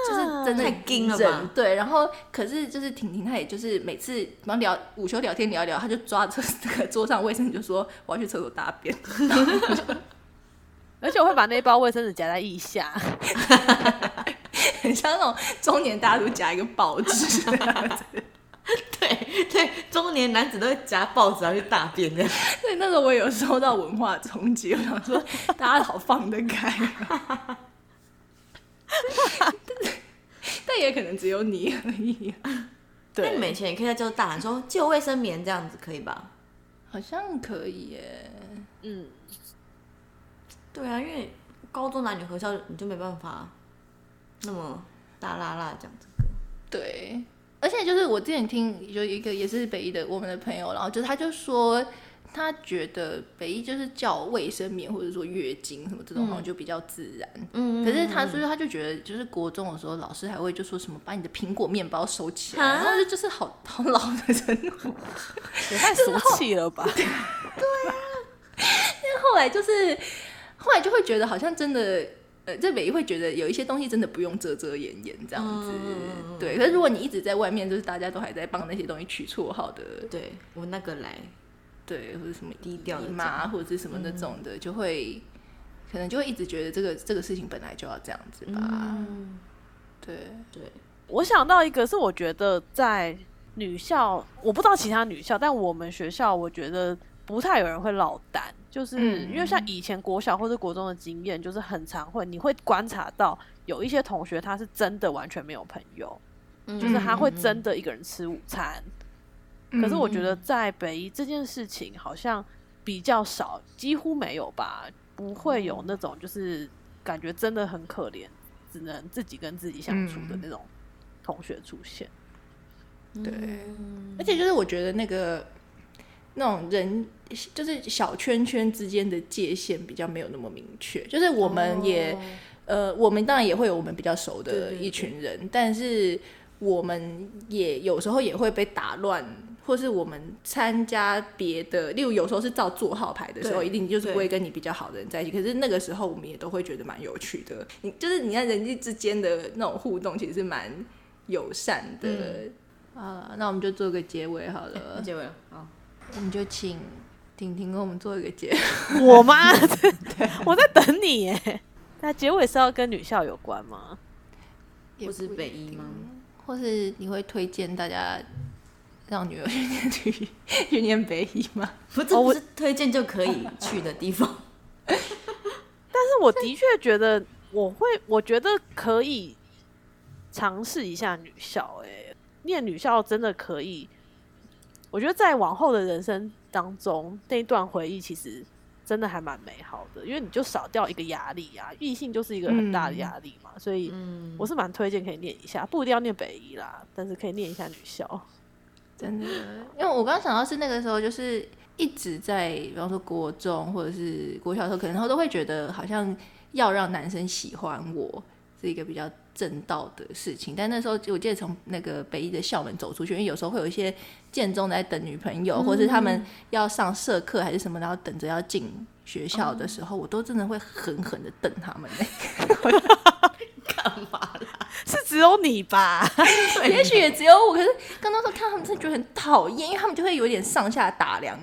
Speaker 1: 就是真的
Speaker 2: 太
Speaker 1: 惊
Speaker 2: 硬了吧
Speaker 1: 对，然后可是就是婷婷她也就是每次然后聊午休聊天聊一聊，她就抓着这个桌上卫生纸就说我要去厕所大便，
Speaker 3: 而且我会把那包卫生纸夹在腋下，
Speaker 1: 很像那种中年大叔夹一个报纸。
Speaker 2: 对对，中年男子都会夹报纸要去大便的。
Speaker 1: 对，那时候我有受到文化冲击，我想说大家好放得开、啊， 但也可能只有你而已啊、
Speaker 2: 那你
Speaker 3: 对，
Speaker 2: 们以前也可以在叫大喊说借我卫生棉这样子可以吧？
Speaker 1: 好像可以耶。
Speaker 3: 嗯，
Speaker 2: 对啊，因为高中男女合校你就没办法那么大啦啦这样子。
Speaker 1: 对，而且就是我之前听就一个也是北医的我们的朋友，然后就是他就说。他觉得北医就是叫卫生棉或者说月经什么这种，好像就比较自然。
Speaker 2: 嗯
Speaker 1: 可是他就是他就觉得，就是国中的时候，老师还会就说什么把你的苹果面包收起来，
Speaker 2: 啊
Speaker 1: 然后就就是好好老的人
Speaker 3: 也太俗气了吧？
Speaker 1: 后来就是，后来就会觉得好像真的，呃，这北一会觉得有一些东西真的不用遮遮掩掩这样
Speaker 2: 嗯
Speaker 1: 子，对。可是如果你一直在外面，就是大家都还在帮那些东西取绰号的，
Speaker 2: 对我那个来，
Speaker 1: 对，或者什么
Speaker 2: 低调的
Speaker 1: 姨
Speaker 2: 嗯
Speaker 1: 妈或者是什么那种的，就会可能就会一直觉得这个这个事情本来就要这样子吧，
Speaker 2: 嗯，
Speaker 1: 对，
Speaker 2: 对，
Speaker 3: 我想到一个是，我觉得在女校，我不知道其他女校，但我们学校我觉得不太有人会落单，就是、
Speaker 1: 嗯
Speaker 3: 因为像以前国小或者国中的经验，就是很常会，你会观察到有一些同学他是真的完全没有朋友，嗯就是他会真的一个人吃午餐。可是我觉得在北一这件事情好像比较少，几乎没有吧，不会有那种就是感觉真的很可怜，只能自己跟自己相处的那种同学出现。
Speaker 2: 嗯
Speaker 1: 对，而且就是我觉得那个那种人，就是小圈圈之间的界限比较没有那么明确。就是我们
Speaker 2: 哦
Speaker 1: 也、呃，我们当然也会有我们比较熟
Speaker 2: 对对
Speaker 1: 的
Speaker 2: 对
Speaker 1: 一群人，但是我们也有时候也会被打乱。或是我们参加别的，例如有时候是照座号牌的时候，
Speaker 2: 对
Speaker 1: 一定就是
Speaker 2: 对
Speaker 1: 不会跟你比较好的人在一起。可是那个时候，我们也都会觉得蛮有趣的。你就是你看人际之间的那种互动，其实是蛮友善的。
Speaker 2: 嗯
Speaker 1: 啊，那我们就做个结尾好
Speaker 2: 那
Speaker 1: 了，
Speaker 2: 结尾了，好，
Speaker 1: 我们就请婷婷跟我们做一个结
Speaker 3: 我吗？ 我在等你耶。 那结尾是要跟女校有关吗？
Speaker 1: 尾，
Speaker 2: 不是北一吗？
Speaker 1: 或是你会推荐大家让女儿去念去去念北一吗？
Speaker 2: 不，这不是推荐就可以去的地方。
Speaker 3: 但是我的确觉得我会，我觉得可以尝试一下女校、欸。念女校真的可以，我觉得在往后的人生当中，那一段回忆其实真的还蛮美好的，因为你就少掉一个压力啊，异性就是一个很大的压力嘛，所以
Speaker 2: 嗯，
Speaker 3: 我是蛮推荐可以念一下，不一定要念北一啦，但是可以念一下女校。
Speaker 1: 真的，因为我刚刚想到是那个时候，就是一直在，比方说国中或者是国小的时候，可能他都会觉得好像要让男生喜欢我是一个比较正道的事情。但那时候我记得从那个北一的校门走出去，因为有时候会有一些建中在等女朋友，或是他们要上社课还是什么，然后等着要进学校的时候，我都真的会狠狠的瞪他们、欸。
Speaker 2: 干嘛啦？
Speaker 3: 是只有你吧？
Speaker 1: 也许也只有我，可是刚刚说看他们真的觉得很讨厌，因为他们就会有点上下打量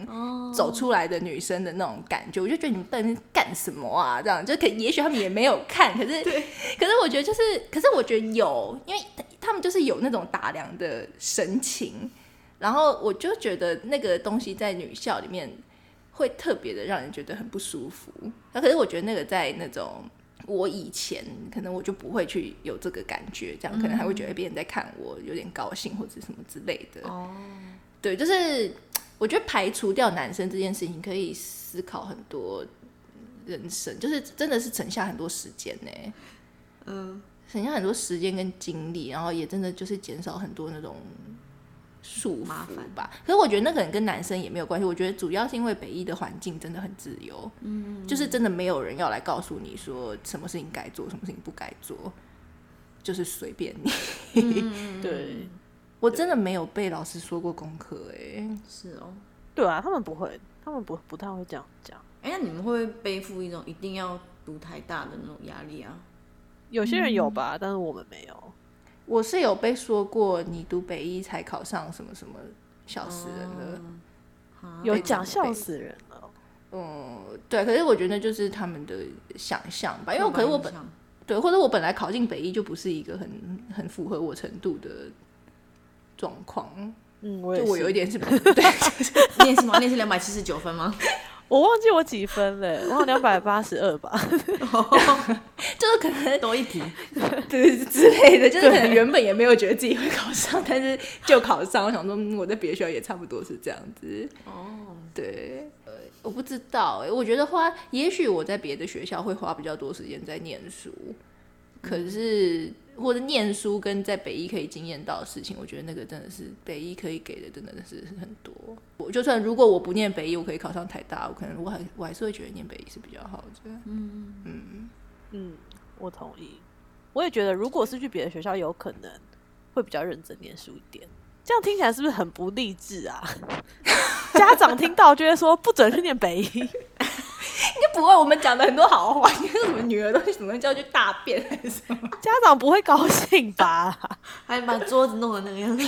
Speaker 1: 走出来的女生的那种感觉，我就觉得你们到底是干什么啊？这样就可也许他们也没有看，可是可是我觉得就是，可是我觉得有，因为他们就是有那种打量的神情，然后我就觉得那个东西在女校里面会特别的让人觉得很不舒服。那可是我觉得那个在那种我以前可能我就不会去有这个感觉，这样可能还会觉得别人在看我有点高兴或者什么之类的。
Speaker 2: 哦，
Speaker 1: 对，就是我觉得排除掉男生这件事情，可以思考很多人生，就是真的是省下很多时间呢、
Speaker 2: 嗯，
Speaker 1: 省下很多时间跟精力，然后也真的就是减少很多那种束
Speaker 2: 麻烦
Speaker 1: 缚吧。可是我觉得那可能跟男生也没有关系，我觉得主要是因为北一的环境真的很自由，嗯，就是真的没有人要来告诉你说什么事情该做，什么事情不该做。就是随便你。
Speaker 3: 对
Speaker 1: 我真的没有被老师说过功课哎、
Speaker 2: 是哦。
Speaker 3: 对啊，他们不会，他们不不太会这样讲。
Speaker 2: 哎、那你们会不会背负一种一定要读台大的那种压力啊？
Speaker 3: 有些人有吧，但是我们没有。
Speaker 1: 我是有被说过你读北一才考上什么什么小死人的，
Speaker 2: 啊
Speaker 3: 有
Speaker 1: 被
Speaker 3: 讲
Speaker 1: 长辈
Speaker 3: 笑死人了。
Speaker 1: 嗯，对，可是我觉得就是他们的想象啊吧，因为可是我本
Speaker 2: 受到 影响
Speaker 1: 对，或者我本来考进北一就不是一个很很符合我程度的状况，
Speaker 3: 嗯，我也
Speaker 1: 就是我有一点是对，
Speaker 2: 你也是吗？你也是两百七十九分吗？
Speaker 3: 我忘记我几分了，我好像两百八十二吧。
Speaker 1: 就是可能
Speaker 2: 多一题，
Speaker 1: 对之类的，就是可能原本也没有觉得自己会考上， 但是就考上，我想说嗯我在别的学校也差不多是这样子，
Speaker 2: 哦，
Speaker 1: 对，呃，我不知道哎、我觉得花，也许我在别的学校会花比较多时间在念书，可是或者念书跟在北医可以经验到的事情，我觉得那个真的是北医可以给的，真的是很多。我就算如果我不念北医，我可以考上台大，我可能我还我还是会觉得念北医是比较好的。
Speaker 3: 嗯，我同意。我也觉得，如果是去别的学校，有可能会比较认真念书一点。这样听起来是不是很不励志啊？ 家长听到就会说不准去念北医。
Speaker 1: 就不会，我们讲的很多好话，你说什么女儿都什么叫去大便还是什么？
Speaker 3: 家长不会高兴吧？
Speaker 2: 还把桌子弄得那个样子，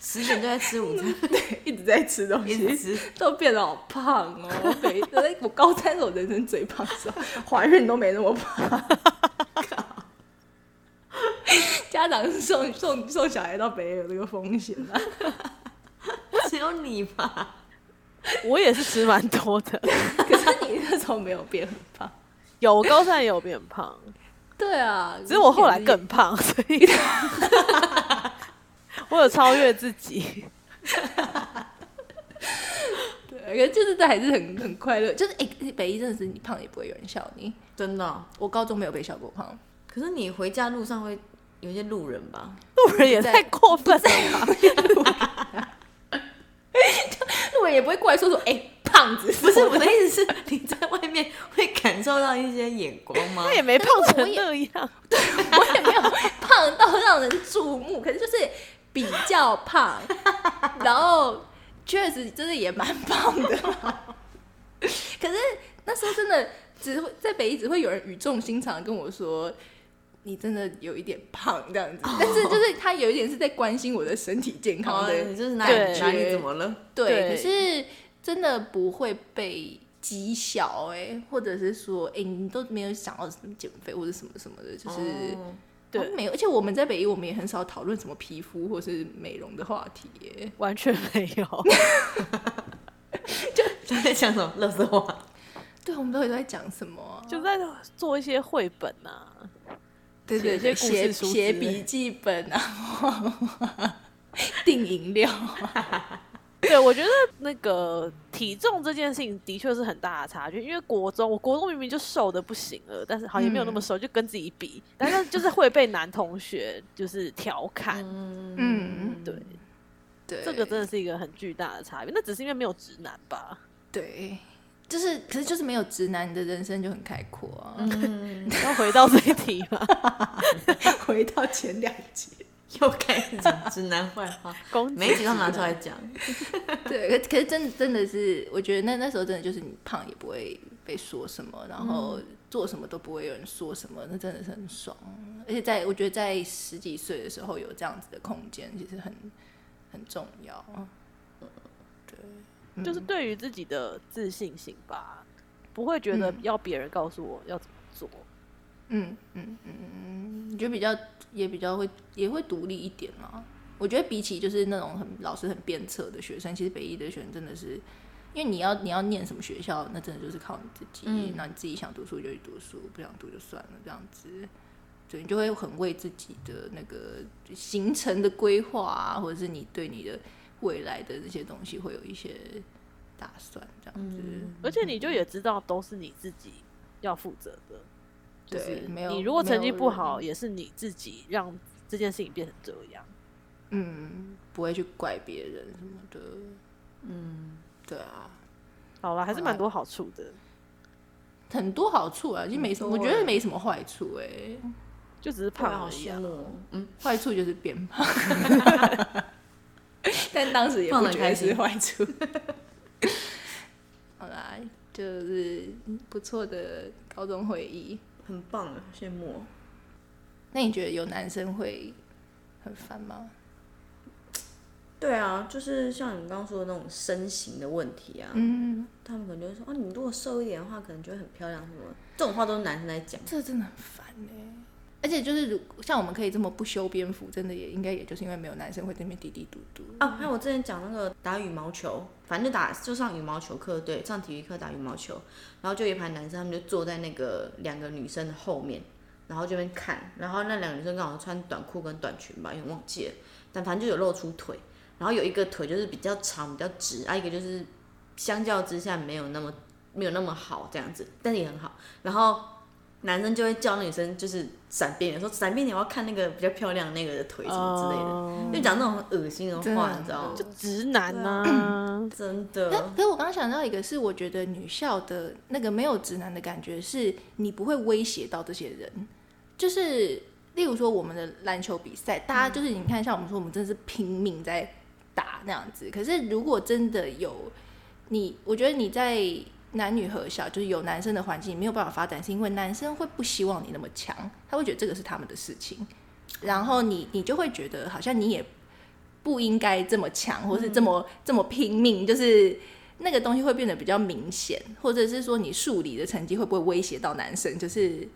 Speaker 2: 十点就在吃午 餐，
Speaker 1: 一直在吃东
Speaker 2: 一
Speaker 1: 西，
Speaker 2: 直吃。
Speaker 1: 都变得好胖哦！我北我高三是我人生最胖的时候，怀孕都没那么胖。 家长送送送小孩到北野有这个风险 啊！
Speaker 2: 只有你吧？
Speaker 3: 我也是吃蛮多的，
Speaker 1: 可是你那时候没有变很胖。
Speaker 3: 有我高三也有变胖，
Speaker 1: 对啊，
Speaker 3: 只是我后来更胖，所 以我有超越自己。
Speaker 1: 对，可是就是这还是很很快乐。就是哎、北一真的是你胖也不会有人笑你。
Speaker 2: 真的哦、
Speaker 1: 我高中没有被笑过 胖，
Speaker 2: 可是你回家路上会有一些路人吧？
Speaker 3: 路人也太过分了吧？
Speaker 1: 路人也不会过来说说哎、胖子
Speaker 2: 不是我的意思是，你在外面会感受到一些眼光吗哦
Speaker 3: 他？也没胖
Speaker 1: 但是我
Speaker 3: 成
Speaker 1: 也
Speaker 3: 那样。
Speaker 1: 我也没有胖到让人注目，可是就是比较 胖，然后确实真的也蛮胖的啦。可是那时候真的只会在北一只会有人语重心长地跟我说。你真的有一点胖这样子，但是就是他有一点是在关心我的身体健康
Speaker 2: 哦
Speaker 1: 的，
Speaker 2: 你就是哪
Speaker 3: 对
Speaker 2: 里哪里怎么了？
Speaker 1: 对，
Speaker 3: 对
Speaker 1: 可是真的不会被讥笑哎、或者是说哎、你都没有想到什么减肥或者什么什么的，就是、
Speaker 2: 哦
Speaker 3: 对
Speaker 1: 好像没有，而且我们在北医，我们也很少讨论什么皮肤或是美容的话题耶。
Speaker 3: 完全没 有，
Speaker 2: 就在讲什么乐色话？
Speaker 1: 对，我们到底都在讲什么啊、
Speaker 3: 就在做一些绘本啊，
Speaker 1: 对对
Speaker 3: 写
Speaker 1: 对，
Speaker 3: 一些故
Speaker 1: 写
Speaker 3: 事书之
Speaker 1: 写
Speaker 3: 类
Speaker 1: 笔记本啊，订饮料
Speaker 3: 对，我觉得那个体重这件事情的确是很大的差距，因为国中我国中明明就瘦的不行了，但是好像也没有那么瘦，就跟自己比，但是就是会被男同学就是调侃，
Speaker 2: 嗯
Speaker 1: 嗯
Speaker 3: 对，
Speaker 1: 对，
Speaker 3: 这个真的是一个很巨大的差别。那只是因为没有直男 吧？
Speaker 1: 对，就是可是就是没有直男你的人生就很开阔啊。
Speaker 2: 嗯，
Speaker 3: 要回到这一题 吗？
Speaker 1: 回到前两集，
Speaker 2: 又开始讲直男坏 话，
Speaker 3: 攻
Speaker 2: 每一
Speaker 3: 击
Speaker 2: 集都拿出来讲。
Speaker 1: 对，可可是真的真的是，我觉得那那时候真的就是你胖也不会被说什么，然后做什么都不会有人说什么，那真的是很爽。而且在我觉得在十几岁的时候有这样子的空间，其实很很重要。
Speaker 3: 就是对于自己的自信心吧，不会觉得
Speaker 1: 嗯
Speaker 3: 要别人告诉我要怎么做。
Speaker 1: 嗯嗯嗯嗯，你就比较也比较会也会独立一点啦。我觉得比起就是那种很老师很鞭策的学生，其实北一的学生真的是，因为你要你要念什么学校，那真的就是靠你自己。
Speaker 2: 嗯
Speaker 1: 那你自己想读书就去读书，不想读就算了，这样子。对，你就会很为自己的那个行程的规划啊，或者是你对你的未来的这些东西会有一些打算，这样子。
Speaker 3: 而且你就也知道都是你自己要负责的，就
Speaker 1: 对
Speaker 3: 是
Speaker 1: 没有
Speaker 3: 你如果成绩不
Speaker 1: 没有
Speaker 3: 好，
Speaker 1: 人
Speaker 3: 也是你自己让这件事情变成这样。
Speaker 1: 嗯，不会去怪别人什么的。
Speaker 2: 嗯，
Speaker 1: 对啊。
Speaker 3: 好了，还是
Speaker 1: 好啦
Speaker 3: 蛮多好处的。
Speaker 1: 很多好处啊，其实没什么，我
Speaker 2: 很多
Speaker 1: 觉得
Speaker 2: 欸
Speaker 1: 没什么坏处哎、
Speaker 3: 就只是
Speaker 2: 突然
Speaker 3: 胖
Speaker 2: 好
Speaker 3: 而已
Speaker 2: 羡
Speaker 3: 啊。
Speaker 2: 慕哦，嗯，
Speaker 1: 坏处就是变胖， 但当时也
Speaker 2: 放
Speaker 1: 不
Speaker 2: 得
Speaker 1: 觉
Speaker 2: 开
Speaker 1: 得是
Speaker 2: 心
Speaker 1: 坏处。 好啦，就是不错的高中回忆。
Speaker 2: 很棒啊，羡慕哦。
Speaker 1: 那你觉得有男生会很烦吗？
Speaker 2: 对啊，就是像你刚刚说的那种身形的问题啊，
Speaker 1: 嗯，
Speaker 2: 他们可能就会说，哦，你如果瘦一点的话，可能就会很漂亮什么的，这种话都是男生在讲。
Speaker 1: 这真的很烦欸呢、而且就是如像我们可以这么不修边幅，真的也应该也就是因为没有男生会这边嘀嘀嘟嘟。
Speaker 2: 哦，还有我之前讲那个打羽毛球，反正就打就上羽毛球课，对，上体育课打羽毛球，然后就有一排男生，他们就坐在那个两个女生的后面，然后这边看，然后那两个女生刚好穿短裤跟短裙吧，有点忘记了，但反正就有露出腿，然后有一个腿就是比较长比较直，啊一个就是相较之下没有那么没有那么好这样子，但是也很好，然后。男生就会叫那女生就是闪边点，说闪边点，我要看那个比较漂亮的那个的腿什么之类的。
Speaker 3: 哦
Speaker 2: 就讲那种很恶心的
Speaker 1: 真的
Speaker 2: 话，
Speaker 1: 很
Speaker 2: 你知道吗
Speaker 1: 恶？
Speaker 3: 就直男
Speaker 2: 对
Speaker 3: 啊，
Speaker 2: 真
Speaker 1: 可
Speaker 2: 的，
Speaker 1: 可是我刚刚想到一个是，我觉得女校的那个没有直男的感觉，是你不会威胁到这些人。就是例如说我们的篮球比赛，大家就是你看，像我们说，我们真的是拼命在打那样子。可是如果真的有你，我觉得你在男女合校，就是有男生的环境，你没有办法发展，是因为男生会不希望你那么强，他会觉得这个是他们的事情，然后你你就会觉得好像你也不应该这么强，或是这么、这么拼命，就是。那个东西会变得比较明显，或者是说你数理的成绩会不会威胁到男生？就是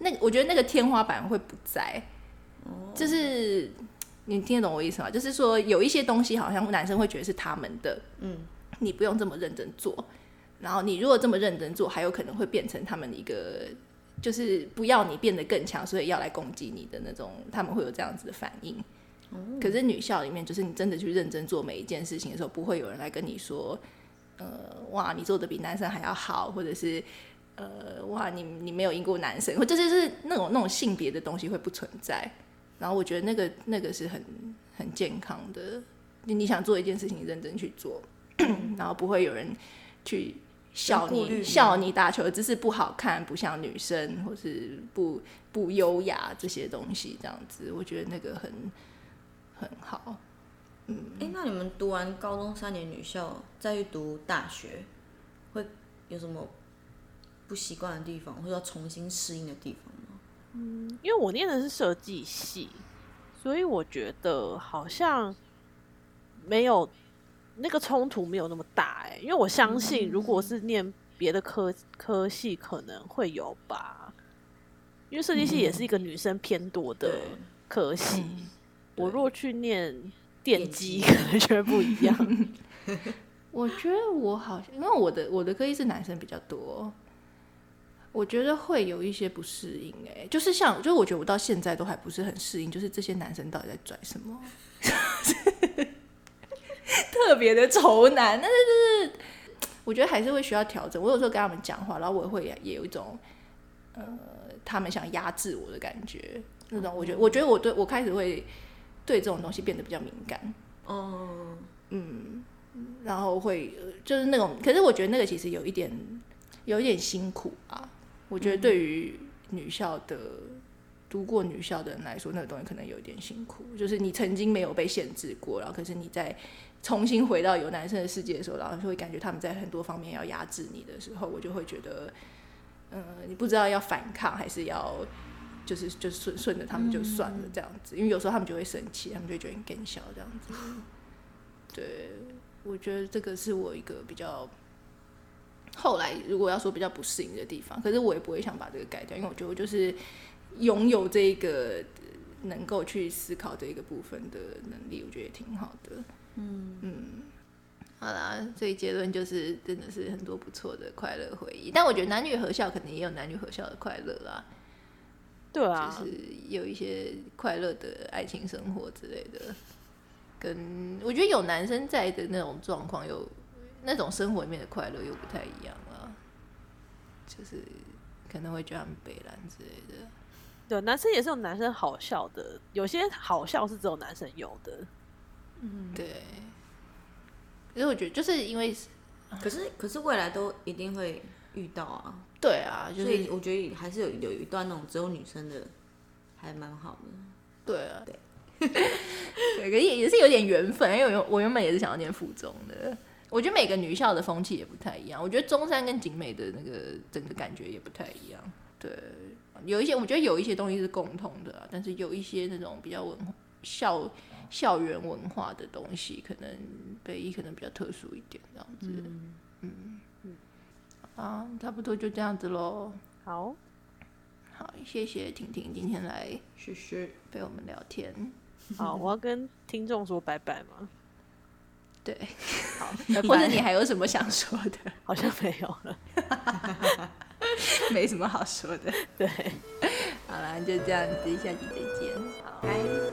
Speaker 1: 那个我觉得那个天花板会不在，就是你听得懂我意思吗？就是说有一些东西好像男生会觉得是他们的，
Speaker 2: 嗯，
Speaker 1: 你不用这么认真做，然后你如果这么认真做，还有可能会变成他们的一个。就是不要你变得更强，所以要来攻击你的那种，他们会有这样子的反应。可是女校里面，就是你真的去认真做每一件事情的时候，不会有人来跟你说，呃，哇，你做的比男生还要好，或者是呃，哇，你你没有赢过男生，或者就是那种那种性别的东西会不存在。然后我觉得那个那个是很很健康的，你你想做一件事情，认真去做， 然后不会有人去笑
Speaker 2: 顾虑
Speaker 1: 你
Speaker 2: 你
Speaker 1: 笑你打球的姿势不好看，不像女生，或是不不优雅这些东西，这样子，我觉得那个很很好。
Speaker 2: 哎、那你们读完高中三年女校，再去读大学，会有什么不习惯的地方，或者要重新适应的地方吗？
Speaker 3: 因为我念的是设计系，所以我觉得好像没有那个冲突没有那么大哎、因为我相信如果是念别的科科系可能会有吧，因为设计系也是一个女生偏多的
Speaker 2: 嗯对，嗯
Speaker 3: 科系，我若去念电
Speaker 2: 电
Speaker 3: 机
Speaker 2: 机
Speaker 3: 可能就会不一 样。
Speaker 1: 我觉得我好像，因为我的我的科系是男生比较多，我觉得会有一些不适应、欸。哎，就是像，就是我觉得我到现在都还不是很适应，就是这些男生到底在拽什么， 特别的愁男。但是就是，我觉得还是会需要调整。我有时候跟他们讲话，然后我也会也也有一种，呃，他们想压制我的感觉。那种我觉得，我觉得我对我开始会对这种东西变得比较敏感。
Speaker 2: 哦，
Speaker 1: 然后会呃就是那种，可是我觉得那个其实有一点有一点辛苦啊。我觉得对于女校的、读过女校的人来说，那个东西可能有一点辛苦，就是你曾经没有被限制过，然后可是你在重新回到有男生的世界的时候，然后就会感觉他们在很多方面要压制你的时候，我就会觉得，呃，你不知道要反抗还是要。就是就顺顺着他们就算了这样子，因为有时候他们就会生气，他们就会觉得你更小这样子。对，我觉得这个是我一个比较后来如果要说比较不适应的地方，可是我也不会想把这个改掉，因为我觉得我就是拥有这一个呃能够去思考这一个部分的能力，我觉得也挺好的。嗯好啦，所以结论就是真的是很多不错的快乐回忆，但我觉得男女合校肯定也有男女合校的快乐啦，
Speaker 3: 对啊，
Speaker 1: 就是有一些快乐的爱情生活之类的。跟我觉得有男生在的那种状况，有那种生活里面的快乐又不太一样了，就是可能会觉得很北蓝之类的。
Speaker 3: 对，男生也是有男生好笑的，有些好笑是只有男生有的。
Speaker 1: 对，可是我觉得就是因为
Speaker 2: 可是可是未来都一定会遇到啊，
Speaker 1: 对啊，就
Speaker 2: 所以
Speaker 1: 是
Speaker 2: 我觉得还是有有一段那种只有女生的还蛮好的。
Speaker 1: 对啊，对， 对，可是也也是有点缘分，因为我我原本也是想要念附中的。我觉得每个女校的风气也不太一样，我觉得中山跟景美的那个整个感觉也不太一样。对，有一些我觉得有一些东西是共通的啊、但是有一些那种比较文化校校园文化的东西，可能北一可能比较特殊一点这样子。嗯嗯啊，差不多就这样子喽。
Speaker 3: 好，
Speaker 1: 好，谢谢婷婷今天来
Speaker 2: 是是，
Speaker 1: 陪我们聊天。
Speaker 3: 好，我要跟听众说拜拜吗？
Speaker 1: 对，
Speaker 3: 好，拜
Speaker 1: 或者
Speaker 3: 拜。
Speaker 1: 你还有什么想说的？
Speaker 3: 好像没有了。
Speaker 1: 没什么好说的。
Speaker 3: 对，
Speaker 1: 好啦，就这样子，下期再见。
Speaker 3: 好。
Speaker 1: 拜。